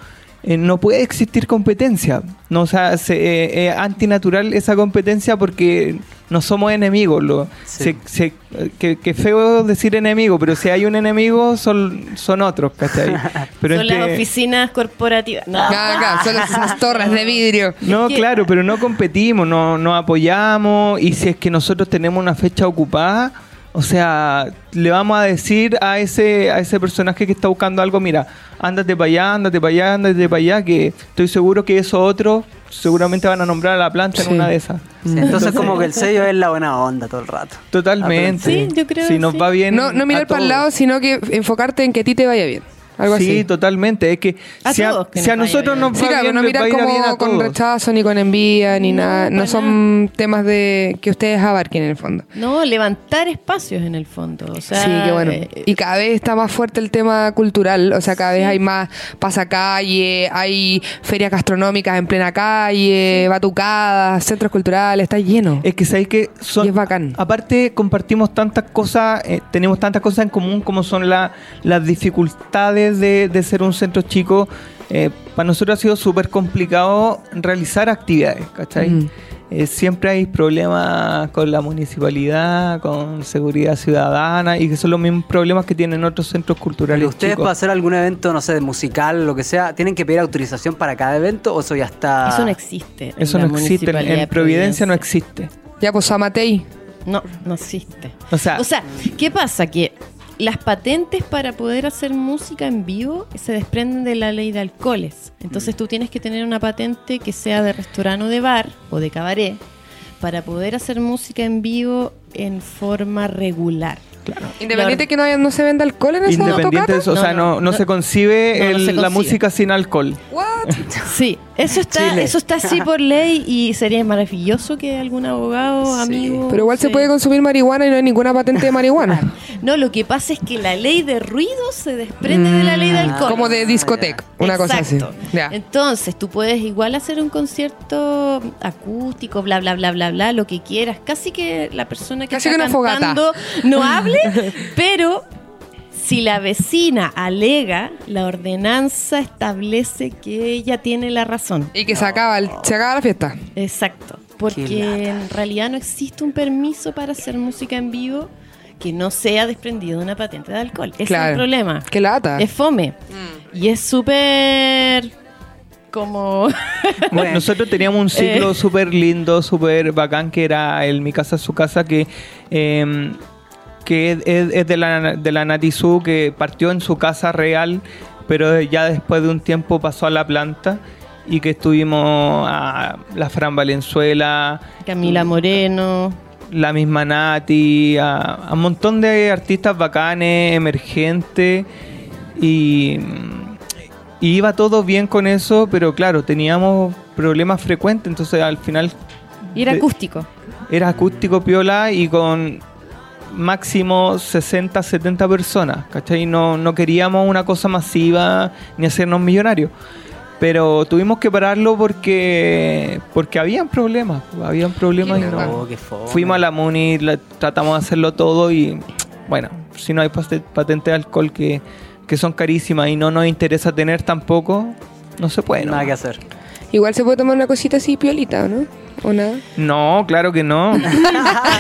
[SPEAKER 5] Eh, no puede existir competencia. No, o sea, se- eh, eh, antinatural esa competencia porque no somos enemigos. Lo,
[SPEAKER 3] Sí.
[SPEAKER 5] se- se- eh, que, que feo decir enemigo, pero si hay un enemigo son, son otros, ¿cachai? Pero
[SPEAKER 4] Son
[SPEAKER 5] entre-
[SPEAKER 4] las oficinas corporativas. No.
[SPEAKER 1] Ah, claro, son las, esas torres de vidrio.
[SPEAKER 5] No,
[SPEAKER 4] que-
[SPEAKER 5] claro, pero no competimos, no, no apoyamos y si es que nosotros tenemos una fecha ocupada, o sea, le vamos a decir a ese a ese personaje que está buscando algo, mira, ándate para allá, ándate para allá, ándate para allá, que estoy seguro que esos otros seguramente van a nombrar a la planta
[SPEAKER 1] Sí.
[SPEAKER 5] en una de esas.
[SPEAKER 3] Sí, entonces como que el sello es la buena onda todo el rato.
[SPEAKER 5] Totalmente.
[SPEAKER 4] Sí, yo creo
[SPEAKER 5] Si
[SPEAKER 4] que
[SPEAKER 5] nos
[SPEAKER 4] sí.
[SPEAKER 5] va bien.
[SPEAKER 1] No, no mirar
[SPEAKER 5] a
[SPEAKER 1] para el
[SPEAKER 5] todos.
[SPEAKER 1] lado, sino que enfocarte en que a ti te vaya bien. Algo
[SPEAKER 5] sí,
[SPEAKER 1] así.
[SPEAKER 5] totalmente. Es que
[SPEAKER 4] A
[SPEAKER 5] si a,
[SPEAKER 4] todos que
[SPEAKER 5] si a
[SPEAKER 4] nos vaya
[SPEAKER 5] nosotros
[SPEAKER 4] bien.
[SPEAKER 5] nos va
[SPEAKER 1] Sí, claro,
[SPEAKER 5] bien,
[SPEAKER 1] no
[SPEAKER 5] les va a
[SPEAKER 1] mirar
[SPEAKER 5] ir a bien a
[SPEAKER 1] como con
[SPEAKER 5] todos.
[SPEAKER 1] rechazo ni con envidia ni
[SPEAKER 4] No,
[SPEAKER 1] nada. No
[SPEAKER 4] para
[SPEAKER 1] son temas de que ustedes abarquen en el fondo.
[SPEAKER 4] No, levantar espacios en el fondo. O sea,
[SPEAKER 1] sí, qué bueno.
[SPEAKER 4] eh,
[SPEAKER 1] Y cada vez está más fuerte el tema cultural, o sea, cada vez hay más pasacalle, hay ferias gastronómicas en plena calle, batucadas, centros culturales, está lleno.
[SPEAKER 5] Es que sabéis que son.
[SPEAKER 1] Y es bacán.
[SPEAKER 5] Aparte, compartimos tantas cosas, eh, tenemos tantas cosas en común como son la- las dificultades de, de ser un centro chico. Eh, para nosotros ha sido súper complicado realizar actividades, ¿cachai?
[SPEAKER 1] Mm.
[SPEAKER 5] Eh, siempre hay problemas con la municipalidad, con seguridad ciudadana y que son los mismos problemas que tienen otros centros
[SPEAKER 3] Pero
[SPEAKER 5] culturales.
[SPEAKER 3] ustedes
[SPEAKER 5] chicos.
[SPEAKER 3] para hacer algún evento, no sé, musical, lo que sea, ¿tienen que pedir autorización para cada evento o eso ya está...?
[SPEAKER 4] Eso no existe. en
[SPEAKER 5] Eso
[SPEAKER 4] la
[SPEAKER 5] no existe, en- en,
[SPEAKER 4] municipalidad de
[SPEAKER 5] Providencia no existe.
[SPEAKER 1] Ya, pues Amatei.
[SPEAKER 4] No, no existe.
[SPEAKER 5] O sea,
[SPEAKER 4] O sea, ¿qué pasa? Que las patentes para poder hacer música en vivo se desprenden de la ley de alcoholes.
[SPEAKER 1] Mm.
[SPEAKER 4] Entonces tú tienes que tener una patente que sea de restaurante o de bar o de cabaret para poder hacer música en vivo en forma regular.
[SPEAKER 1] Independiente que no, haya- no se venda alcohol en esa
[SPEAKER 5] independiente
[SPEAKER 1] tocata.
[SPEAKER 5] de eso, o
[SPEAKER 4] No,
[SPEAKER 5] sea,
[SPEAKER 4] no,
[SPEAKER 5] no, no
[SPEAKER 4] no.
[SPEAKER 5] se concibe
[SPEAKER 4] No, no
[SPEAKER 5] el-
[SPEAKER 4] se
[SPEAKER 5] la
[SPEAKER 4] concibe.
[SPEAKER 5] música sin alcohol.
[SPEAKER 1] What?
[SPEAKER 4] Sí, eso está,
[SPEAKER 3] Chile.
[SPEAKER 4] eso está así por ley y sería maravilloso que algún abogado,
[SPEAKER 3] Sí.
[SPEAKER 4] amigo...
[SPEAKER 1] Pero igual se
[SPEAKER 4] sí.
[SPEAKER 1] puede consumir marihuana y no hay ninguna patente de marihuana.
[SPEAKER 4] No, lo que pasa es que la ley de ruido se desprende de la ley de alcohol.
[SPEAKER 1] Mm.
[SPEAKER 4] Ah,
[SPEAKER 1] Como de discoteca, una cosa así.
[SPEAKER 4] Exacto.
[SPEAKER 1] Ya.
[SPEAKER 4] Entonces, tú puedes igual hacer un concierto acústico, bla, bla, bla, bla, bla, lo que quieras. Casi que la persona que
[SPEAKER 1] Casi
[SPEAKER 4] está
[SPEAKER 1] que una fogata.
[SPEAKER 4] cantando no hable, pero si la vecina alega, la ordenanza establece que ella tiene la razón.
[SPEAKER 1] Y que se acaba, el- se acaba la fiesta.
[SPEAKER 4] Exacto.
[SPEAKER 3] Qué
[SPEAKER 4] Porque
[SPEAKER 3] lata.
[SPEAKER 4] en realidad no existe un permiso para hacer música en vivo que no sea desprendido de una patente de alcohol. Ese es
[SPEAKER 1] Claro.
[SPEAKER 4] el problema.
[SPEAKER 1] Qué lata.
[SPEAKER 4] Es fome.
[SPEAKER 3] Mm.
[SPEAKER 4] Y es súper como...
[SPEAKER 5] Bueno, nosotros teníamos un
[SPEAKER 4] Eh.
[SPEAKER 5] ciclo súper lindo, súper bacán, que era el Mi Casa, Su Casa, que, eh, que es, es- es de la, de la Natizú, que partió en su casa real, pero ya después de un tiempo pasó a la planta y que estuvimos a la Fran Valenzuela,
[SPEAKER 4] Camila Moreno.
[SPEAKER 5] la misma Nati, a, a un montón de artistas bacanes, emergentes, y, y iba todo bien con eso, pero claro, teníamos problemas frecuentes, entonces al final
[SPEAKER 4] Y era
[SPEAKER 5] De-
[SPEAKER 4] acústico.
[SPEAKER 5] era acústico piola y con máximo 60, 70 personas, ¿cachai? No, no queríamos una cosa masiva ni hacernos millonarios. Pero tuvimos que pararlo porque porque habían problemas, habían problemas y no-
[SPEAKER 3] No, qué fome.
[SPEAKER 5] Oh, Fuimos a la MUNI, la- tratamos de hacerlo todo y bueno, si no hay paste- patente de alcohol que, que son carísimas y no nos interesa tener tampoco, no se puede. ¿no?
[SPEAKER 3] Nada que hacer.
[SPEAKER 1] Igual se puede tomar una cosita así piolita, ¿no? ¿O nada?
[SPEAKER 5] No, claro que no.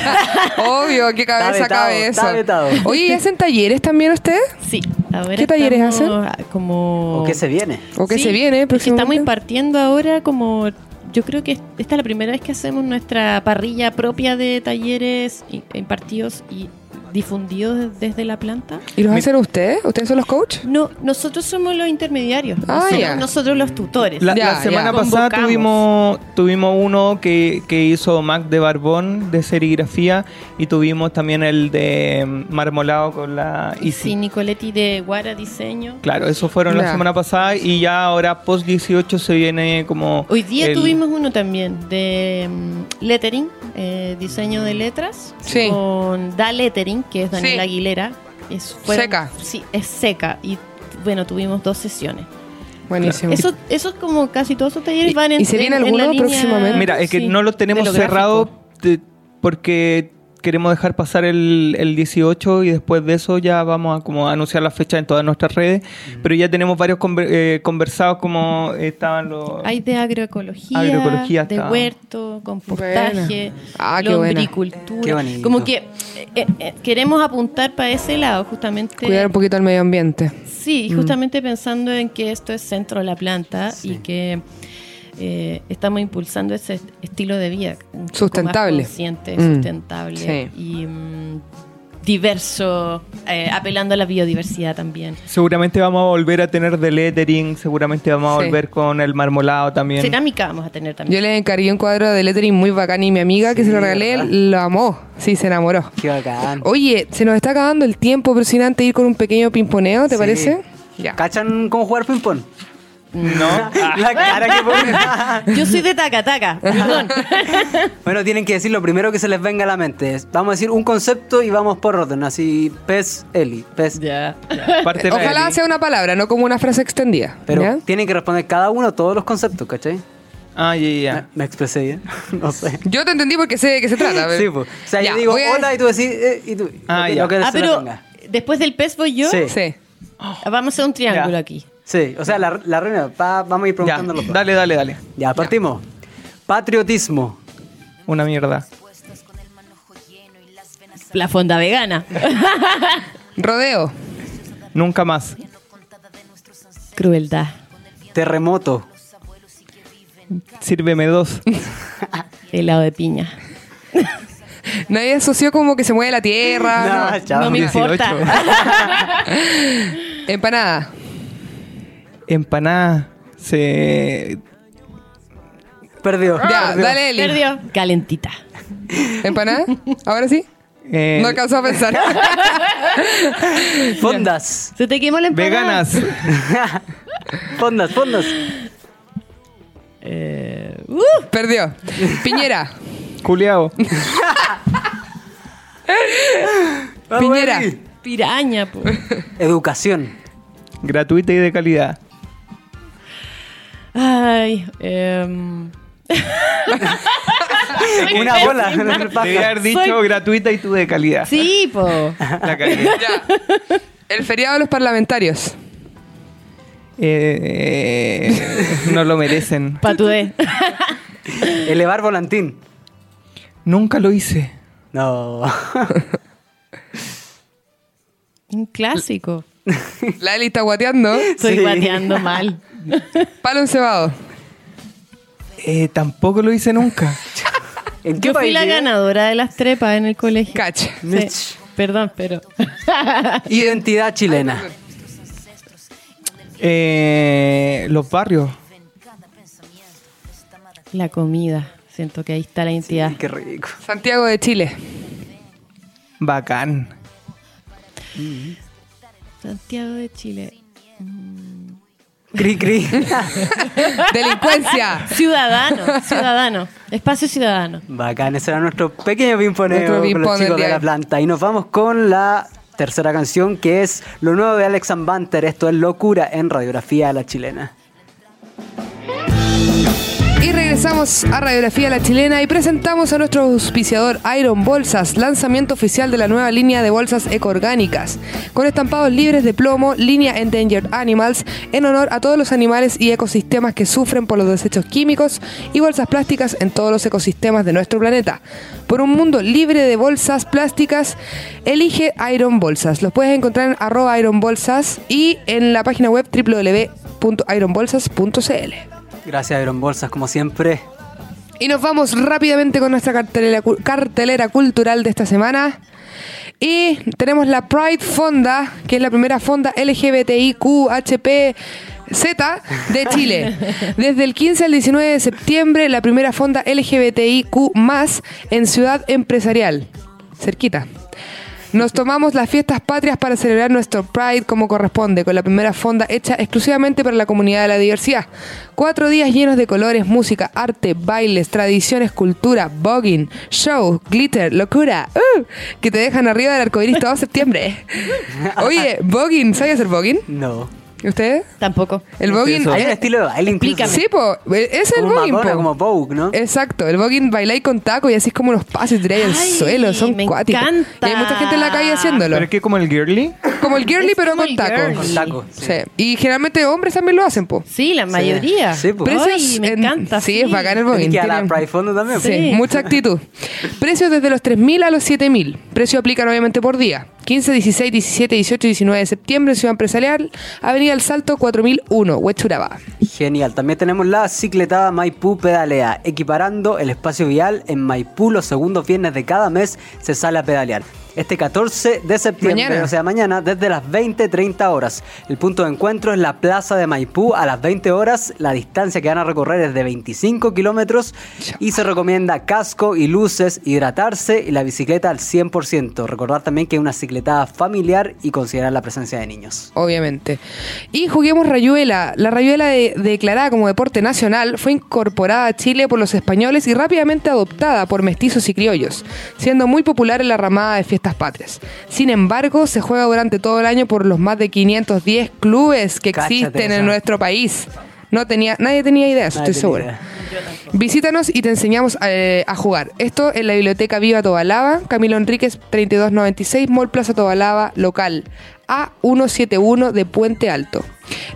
[SPEAKER 1] Obvio, qué cabeza
[SPEAKER 3] vetado,
[SPEAKER 1] cabe eso.
[SPEAKER 3] está vetado.
[SPEAKER 1] Oye, ¿y hacen talleres también ustedes?
[SPEAKER 4] Sí, ahora
[SPEAKER 1] ¿Qué talleres
[SPEAKER 4] estamos
[SPEAKER 1] hacen?
[SPEAKER 4] a- Como...
[SPEAKER 3] ¿O qué se viene?
[SPEAKER 1] ¿O que
[SPEAKER 4] Sí,
[SPEAKER 1] se viene
[SPEAKER 4] es que Estamos
[SPEAKER 1] próximamente?
[SPEAKER 4] impartiendo ahora como... Yo creo que esta es la primera vez que hacemos nuestra parrilla propia de talleres i- impartidos y difundidos desde la planta.
[SPEAKER 1] ¿Y los
[SPEAKER 5] Mi-
[SPEAKER 1] hacen ustedes? ¿Ustedes son los coach?
[SPEAKER 4] No, nosotros somos los intermediarios.
[SPEAKER 1] Ah,
[SPEAKER 4] nosotros,
[SPEAKER 1] ya.
[SPEAKER 4] nosotros los tutores.
[SPEAKER 5] La,
[SPEAKER 1] Ya,
[SPEAKER 5] la
[SPEAKER 1] ya.
[SPEAKER 5] semana pasada
[SPEAKER 4] Convocamos.
[SPEAKER 5] tuvimos, tuvimos uno que, que hizo Mac de Barbón de serigrafía y tuvimos también el de mm, Marmolado con la
[SPEAKER 4] Y
[SPEAKER 5] Isi.
[SPEAKER 4] sí, Nicoletti de Guara Diseño.
[SPEAKER 5] Claro, eso fueron
[SPEAKER 1] Ya.
[SPEAKER 5] la semana pasada y ya ahora post 18 se viene como...
[SPEAKER 4] Hoy día
[SPEAKER 5] el-
[SPEAKER 4] tuvimos uno también de mm, lettering, eh, diseño de letras,
[SPEAKER 1] Sí.
[SPEAKER 4] con Da Lettering, que es Daniela
[SPEAKER 1] Sí.
[SPEAKER 4] Aguilera. Es,
[SPEAKER 1] Seca.
[SPEAKER 4] Sí, es seca. Y bueno, tuvimos dos sesiones.
[SPEAKER 1] Buenísimo.
[SPEAKER 4] Eso, eso es como casi todos esos talleres
[SPEAKER 1] ¿Y-
[SPEAKER 4] van en
[SPEAKER 1] y se viene
[SPEAKER 4] en- en la
[SPEAKER 1] alguno
[SPEAKER 4] línea-
[SPEAKER 1] próximamente?
[SPEAKER 5] Mira, es que
[SPEAKER 4] sí,
[SPEAKER 5] no lo
[SPEAKER 4] de
[SPEAKER 5] tenemos
[SPEAKER 4] lo gráfico.
[SPEAKER 5] cerrado de- porque queremos dejar pasar el, el 18 y después de eso ya vamos a como anunciar la fecha en todas nuestras redes. Pero ya tenemos varios conver- eh, conversados como estaban los...
[SPEAKER 4] Hay de agroecología,
[SPEAKER 5] Agroecología
[SPEAKER 4] de
[SPEAKER 5] está.
[SPEAKER 4] huerto, compostaje,
[SPEAKER 1] Buena. Ah, qué buena.
[SPEAKER 4] lombricultura.
[SPEAKER 3] Qué bonito.
[SPEAKER 4] Como que eh, eh, queremos apuntar para ese lado, justamente.
[SPEAKER 1] Cuidar un poquito el medio ambiente.
[SPEAKER 4] Sí, justamente pensando en que esto es centro de la planta y que eh, estamos impulsando ese est- estilo de vida. un poco
[SPEAKER 1] Sustentable.
[SPEAKER 4] más consciente,
[SPEAKER 1] Mm.
[SPEAKER 4] sustentable
[SPEAKER 1] Sí.
[SPEAKER 4] y mm, diverso, eh, apelando a la biodiversidad también.
[SPEAKER 5] Seguramente vamos a volver a tener de lettering, seguramente vamos
[SPEAKER 1] Sí.
[SPEAKER 5] a volver con el marmolado también.
[SPEAKER 4] Cerámica vamos a tener
[SPEAKER 1] Yo
[SPEAKER 4] también.
[SPEAKER 1] le encargué un cuadro de lettering muy bacán y mi amiga que se lo regalé
[SPEAKER 3] ¿verdad?
[SPEAKER 1] lo amó. Sí, se enamoró.
[SPEAKER 3] Qué bacán.
[SPEAKER 1] Oye, se nos está acabando el tiempo, pero sin antes ir con un pequeño pimponeo, ¿te
[SPEAKER 3] Sí.
[SPEAKER 1] parece? Ya.
[SPEAKER 3] ¿Cachan cómo jugar ping-pong?
[SPEAKER 5] No.
[SPEAKER 3] La cara que ponen.
[SPEAKER 4] Yo soy de taca taca, perdón.
[SPEAKER 3] Bueno, tienen que decir lo primero que se les venga a la mente. Vamos a decir un concepto y vamos por orden. Así, pez, Eli, pez.
[SPEAKER 4] ya.
[SPEAKER 5] Parte
[SPEAKER 1] Ojalá
[SPEAKER 5] Eli.
[SPEAKER 1] sea una palabra, no como una frase extendida.
[SPEAKER 3] Pero
[SPEAKER 1] ¿ya?
[SPEAKER 3] tienen que responder cada uno todos los conceptos, ¿cachai?
[SPEAKER 5] Ah, ya, ya,
[SPEAKER 3] Me-
[SPEAKER 5] ya.
[SPEAKER 3] Me expresé bien. No sé.
[SPEAKER 1] Yo te entendí porque sé de qué se trata. pero-
[SPEAKER 3] Sí, pues. O sea,
[SPEAKER 1] Ya,
[SPEAKER 3] yo digo
[SPEAKER 1] voy a-
[SPEAKER 3] hola y tú decís. eh, y tú, lo
[SPEAKER 5] Ah,
[SPEAKER 3] que-
[SPEAKER 5] ya.
[SPEAKER 3] lo que
[SPEAKER 4] Ah,
[SPEAKER 3] se le
[SPEAKER 4] pero
[SPEAKER 3] venga.
[SPEAKER 4] después del pez voy yo.
[SPEAKER 3] Sí.
[SPEAKER 1] Sí.
[SPEAKER 4] Vamos a hacer un triángulo
[SPEAKER 5] Ya.
[SPEAKER 4] aquí.
[SPEAKER 3] Sí, o sea, la, la reunión. pa- vamos a ir
[SPEAKER 5] Ya,
[SPEAKER 3] preguntando los dos.
[SPEAKER 5] Dale, dale, dale.
[SPEAKER 3] Ya, partimos. Patriotismo.
[SPEAKER 5] Una mierda.
[SPEAKER 4] La fonda vegana.
[SPEAKER 1] Rodeo.
[SPEAKER 5] Nunca más.
[SPEAKER 4] Crueldad.
[SPEAKER 3] Terremoto.
[SPEAKER 5] Sírveme dos.
[SPEAKER 4] Helado de piña.
[SPEAKER 1] Nadie asoció como que se mueve la tierra.
[SPEAKER 3] No,
[SPEAKER 1] no.
[SPEAKER 3] chao.
[SPEAKER 4] no me importa.
[SPEAKER 1] Empanada.
[SPEAKER 5] Empanada. Se...
[SPEAKER 3] Perdió.
[SPEAKER 1] Ya,
[SPEAKER 3] perdió.
[SPEAKER 1] dale, Eli.
[SPEAKER 4] Perdió. Calentita.
[SPEAKER 1] ¿Empanada? ¿Ahora sí?
[SPEAKER 5] eh,
[SPEAKER 1] No alcanzó a pensar.
[SPEAKER 3] Fondas.
[SPEAKER 4] Se te quemó la empanada.
[SPEAKER 5] veganas.
[SPEAKER 3] Fondas, fondas.
[SPEAKER 4] Eh, uh,
[SPEAKER 1] Perdió. Piñera.
[SPEAKER 5] Culeado.
[SPEAKER 3] Vamos,
[SPEAKER 1] Piñera.
[SPEAKER 3] Eli.
[SPEAKER 4] piraña, po.
[SPEAKER 3] Educación.
[SPEAKER 5] Gratuita y de calidad.
[SPEAKER 4] Ay. em. Soy
[SPEAKER 3] Una bola.
[SPEAKER 4] pésima.
[SPEAKER 5] Debía haber dicho
[SPEAKER 4] Soy-
[SPEAKER 5] gratuita y tú de calidad.
[SPEAKER 4] Sí, po.
[SPEAKER 5] La cagué.
[SPEAKER 1] Ya. El feriado de los parlamentarios.
[SPEAKER 5] Eh, eh, no lo merecen.
[SPEAKER 4] Patudé.
[SPEAKER 3] Elevar volantín.
[SPEAKER 5] Nunca lo hice.
[SPEAKER 3] No.
[SPEAKER 4] Un clásico.
[SPEAKER 1] La Eli está guateando.
[SPEAKER 4] Estoy
[SPEAKER 3] Sí.
[SPEAKER 4] bateando mal.
[SPEAKER 1] Palo encebado.
[SPEAKER 5] Eh, tampoco lo hice nunca.
[SPEAKER 3] ¿En qué
[SPEAKER 4] Yo fui
[SPEAKER 3] país
[SPEAKER 4] la
[SPEAKER 3] vive?
[SPEAKER 4] ganadora de las trepas en el colegio.
[SPEAKER 1] Cacha.
[SPEAKER 4] Sí.
[SPEAKER 3] Mitch.
[SPEAKER 4] Perdón, pero.
[SPEAKER 3] Identidad chilena.
[SPEAKER 5] Eh, los barrios.
[SPEAKER 4] La comida. Siento que ahí está la identidad.
[SPEAKER 3] Ay, qué rico.
[SPEAKER 1] Santiago de Chile.
[SPEAKER 5] Bacán.
[SPEAKER 4] Santiago de Chile.
[SPEAKER 3] Cri, cri. Ah.
[SPEAKER 1] Delincuencia.
[SPEAKER 4] Ciudadano, ciudadano. Espacio ciudadano.
[SPEAKER 3] Bacán, ese era nuestro pequeño pimponeo
[SPEAKER 1] Nuestro
[SPEAKER 3] con
[SPEAKER 1] ping-pong
[SPEAKER 3] los
[SPEAKER 1] del
[SPEAKER 3] chicos
[SPEAKER 1] día de
[SPEAKER 3] de la
[SPEAKER 1] hoy.
[SPEAKER 3] planta. Y nos vamos con la tercera canción que es lo nuevo de Alex and Banter. Esto es Locura en Radiografía a la Chilena.
[SPEAKER 7] Locura,
[SPEAKER 1] Y regresamos a Radiografía La Chilena y presentamos a nuestro auspiciador Iron Bolsas, lanzamiento oficial de la nueva línea de bolsas ecoorgánicas, con estampados libres de plomo, línea Endangered Animals, en honor a todos los animales y ecosistemas que sufren por los desechos químicos y bolsas plásticas en todos los ecosistemas de nuestro planeta. Por un mundo libre de bolsas plásticas, elige Iron Bolsas. Los puedes encontrar en arroba Iron Bolsas y en la página web www.ironbolsas.cl.
[SPEAKER 3] Gracias, Iron Bolsas, como siempre.
[SPEAKER 1] Y nos vamos rápidamente con nuestra cartelera, cu- cartelera cultural de esta semana. Y tenemos la Pride Fonda, que es la primera fonda LGBTIQHP. Z de Chile. Desde el 15 al 19 de septiembre, la primera fonda LGBTIQ en Ciudad Empresarial. Cerquita. Nos tomamos las fiestas patrias para celebrar nuestro Pride como corresponde, con la primera fonda hecha exclusivamente para la comunidad de la diversidad. Cuatro días llenos de colores, música, arte, bailes, tradiciones, cultura, bogging, show, glitter, locura, ¡uh! que te dejan arriba del arcoiris todo septiembre. Oye, bogging, ¿sabes hacer bogging?
[SPEAKER 3] No.
[SPEAKER 1] ¿Usted?
[SPEAKER 4] Tampoco.
[SPEAKER 1] El bogging.
[SPEAKER 3] Hay un estilo de baile incluso.
[SPEAKER 4] Explícame.
[SPEAKER 1] Sí, po, eh, es el
[SPEAKER 3] como
[SPEAKER 1] bogging.
[SPEAKER 3] Madonna,
[SPEAKER 1] po.
[SPEAKER 3] como Vogue, ¿no?
[SPEAKER 1] Exacto, el voguing bailáis con taco y así es como los pases tiráis al
[SPEAKER 4] Ay,
[SPEAKER 1] suelo, son
[SPEAKER 4] me
[SPEAKER 1] cuáticos.
[SPEAKER 4] encanta.
[SPEAKER 1] Y hay mucha gente en la calle haciéndolo.
[SPEAKER 5] Pero es que como el girly.
[SPEAKER 1] Como el girly,
[SPEAKER 4] Es
[SPEAKER 1] pero
[SPEAKER 4] como
[SPEAKER 1] con
[SPEAKER 4] el
[SPEAKER 1] tacos.
[SPEAKER 4] girly.
[SPEAKER 3] Con tacos.
[SPEAKER 1] Sí. Y generalmente hombres también lo hacen, po.
[SPEAKER 4] Sí, la
[SPEAKER 3] Sí.
[SPEAKER 4] mayoría.
[SPEAKER 3] Sí, pues. po.
[SPEAKER 4] Ay,
[SPEAKER 1] Precios
[SPEAKER 4] me
[SPEAKER 1] en-
[SPEAKER 4] encanta.
[SPEAKER 1] Sí, es bacán el
[SPEAKER 3] Tienes
[SPEAKER 1] voguing.
[SPEAKER 3] que ir a la
[SPEAKER 1] Tienen-
[SPEAKER 3] Pride Fondo también.
[SPEAKER 1] Sí,
[SPEAKER 3] pues.
[SPEAKER 4] Sí.
[SPEAKER 1] mucha actitud. Precios desde los 3.000 a los 7.000. Precio aplican obviamente por día. 15, 16, 17, 18 y 19 de septiembre, Ciudad Empresarial, Avenida El Salto 4001, Huechuraba.
[SPEAKER 3] Genial. También tenemos la cicletada Maipú Pedalea, equiparando el espacio vial en Maipú los segundos viernes de cada mes se sale a pedalear. Este 14 de septiembre,
[SPEAKER 1] Mañana.
[SPEAKER 3] o sea, mañana, desde las 20.30 horas. El punto de encuentro es la plaza de Maipú a las 20 horas. La distancia que van a recorrer es de 25 kilómetros y se recomienda casco y luces, hidratarse y la bicicleta al 100%. Recordar también que es una cicletada familiar y considerar la presencia de niños.
[SPEAKER 1] Obviamente. Y juguemos rayuela. La rayuela de- declarada como deporte nacional fue incorporada a Chile por los españoles y rápidamente adoptada por mestizos y criollos, siendo muy popular en la ramada de fiestas patrias. Sin embargo, se juega durante todo el año por los más de 510 clubes que
[SPEAKER 3] Cáchate
[SPEAKER 1] existen
[SPEAKER 3] esa.
[SPEAKER 1] en nuestro país. No tenía, nadie tenía idea, de eso,
[SPEAKER 3] Nadie
[SPEAKER 1] estoy
[SPEAKER 3] tenía
[SPEAKER 1] segura.
[SPEAKER 3] idea.
[SPEAKER 1] Visítanos y te enseñamos eh, a jugar. Esto en la Biblioteca Viva Tobalaba, Camilo Enríquez 3296, Mall Plaza Tobalaba, local A171 de Puente Alto.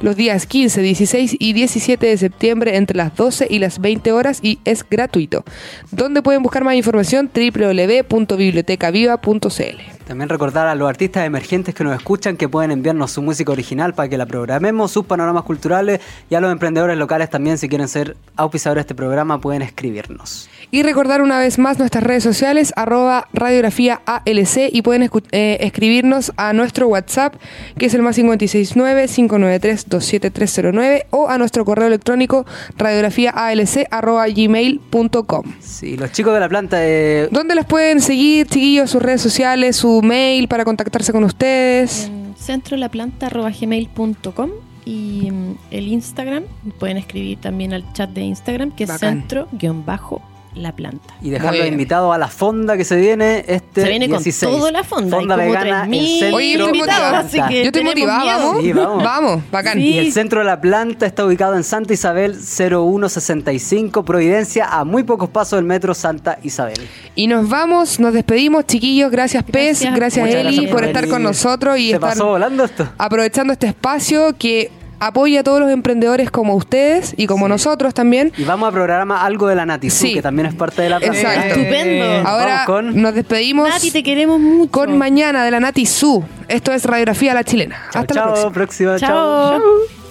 [SPEAKER 1] Los días 15, 16 y 17 de septiembre entre las 12 y las 20 horas y es gratuito. Donde pueden buscar más información www.bibliotecaviva.cl.
[SPEAKER 3] También recordar a los artistas emergentes que nos escuchan que pueden enviarnos su música original para que la programemos, sus panoramas culturales y a los emprendedores locales también si quieren ser auspiciadores de este programa pueden escribirnos.
[SPEAKER 1] Y recordar una vez más nuestras redes sociales, arroba radiografía ALC, y pueden escu- eh, escribirnos a nuestro WhatsApp, que es el más 569-593-27309, o a nuestro correo electrónico radiografíaalc arroba gmail.com.
[SPEAKER 3] Sí, los chicos de la planta de...
[SPEAKER 1] ¿Dónde los pueden seguir, chiquillos, sus redes sociales, su mail para contactarse con ustedes?
[SPEAKER 4] Centro la planta y mm, el Instagram. Pueden escribir también al chat de Instagram que es
[SPEAKER 1] Bacán.
[SPEAKER 4] centro guión bajo la planta.
[SPEAKER 3] Y
[SPEAKER 1] Muy
[SPEAKER 3] dejarlos
[SPEAKER 1] bien.
[SPEAKER 3] invitados a la fonda que se viene este
[SPEAKER 4] Se viene con
[SPEAKER 3] 16.
[SPEAKER 4] todo la fonda, hay
[SPEAKER 3] Fonda
[SPEAKER 4] como
[SPEAKER 3] vegana
[SPEAKER 4] 3.000
[SPEAKER 3] en
[SPEAKER 1] Oye,
[SPEAKER 3] Centro
[SPEAKER 1] estoy
[SPEAKER 3] La
[SPEAKER 1] motivada,
[SPEAKER 3] Planta.
[SPEAKER 4] así que-
[SPEAKER 1] Yo estoy
[SPEAKER 4] tenemos
[SPEAKER 1] motivada,
[SPEAKER 4] miedo.
[SPEAKER 1] ¿vamos?
[SPEAKER 3] Sí, vamos.
[SPEAKER 1] Vamos, bacán.
[SPEAKER 4] Sí.
[SPEAKER 3] Y el centro de la planta está ubicado en Santa Isabel 0165 Providencia, a muy pocos pasos del metro Santa Isabel.
[SPEAKER 1] Y nos vamos, nos despedimos, chiquillos. Gracias, Pez.
[SPEAKER 4] Gracias.
[SPEAKER 1] Gracias,
[SPEAKER 4] Muchas
[SPEAKER 1] Eli,
[SPEAKER 4] gracias
[SPEAKER 1] por
[SPEAKER 4] por
[SPEAKER 1] estar
[SPEAKER 3] venir.
[SPEAKER 1] con nosotros y
[SPEAKER 3] Se
[SPEAKER 1] estar
[SPEAKER 3] pasó volando esto.
[SPEAKER 1] aprovechando este espacio que apoya a todos los emprendedores como ustedes y como nosotros también.
[SPEAKER 3] Y vamos a programar algo de la Natizu,
[SPEAKER 1] Sí.
[SPEAKER 3] que también es parte de la planta.
[SPEAKER 5] eh,
[SPEAKER 1] Exacto.
[SPEAKER 4] Estupendo.
[SPEAKER 1] Ahora
[SPEAKER 3] Vamos con-
[SPEAKER 1] nos despedimos
[SPEAKER 4] Nati, te queremos mucho.
[SPEAKER 1] con mañana de la Nati Su. Esto es Radiografía a la Chilena.
[SPEAKER 3] Chao,
[SPEAKER 1] Hasta la
[SPEAKER 3] chao,
[SPEAKER 1] próxima.
[SPEAKER 3] próxima.
[SPEAKER 4] Chao.
[SPEAKER 3] chao.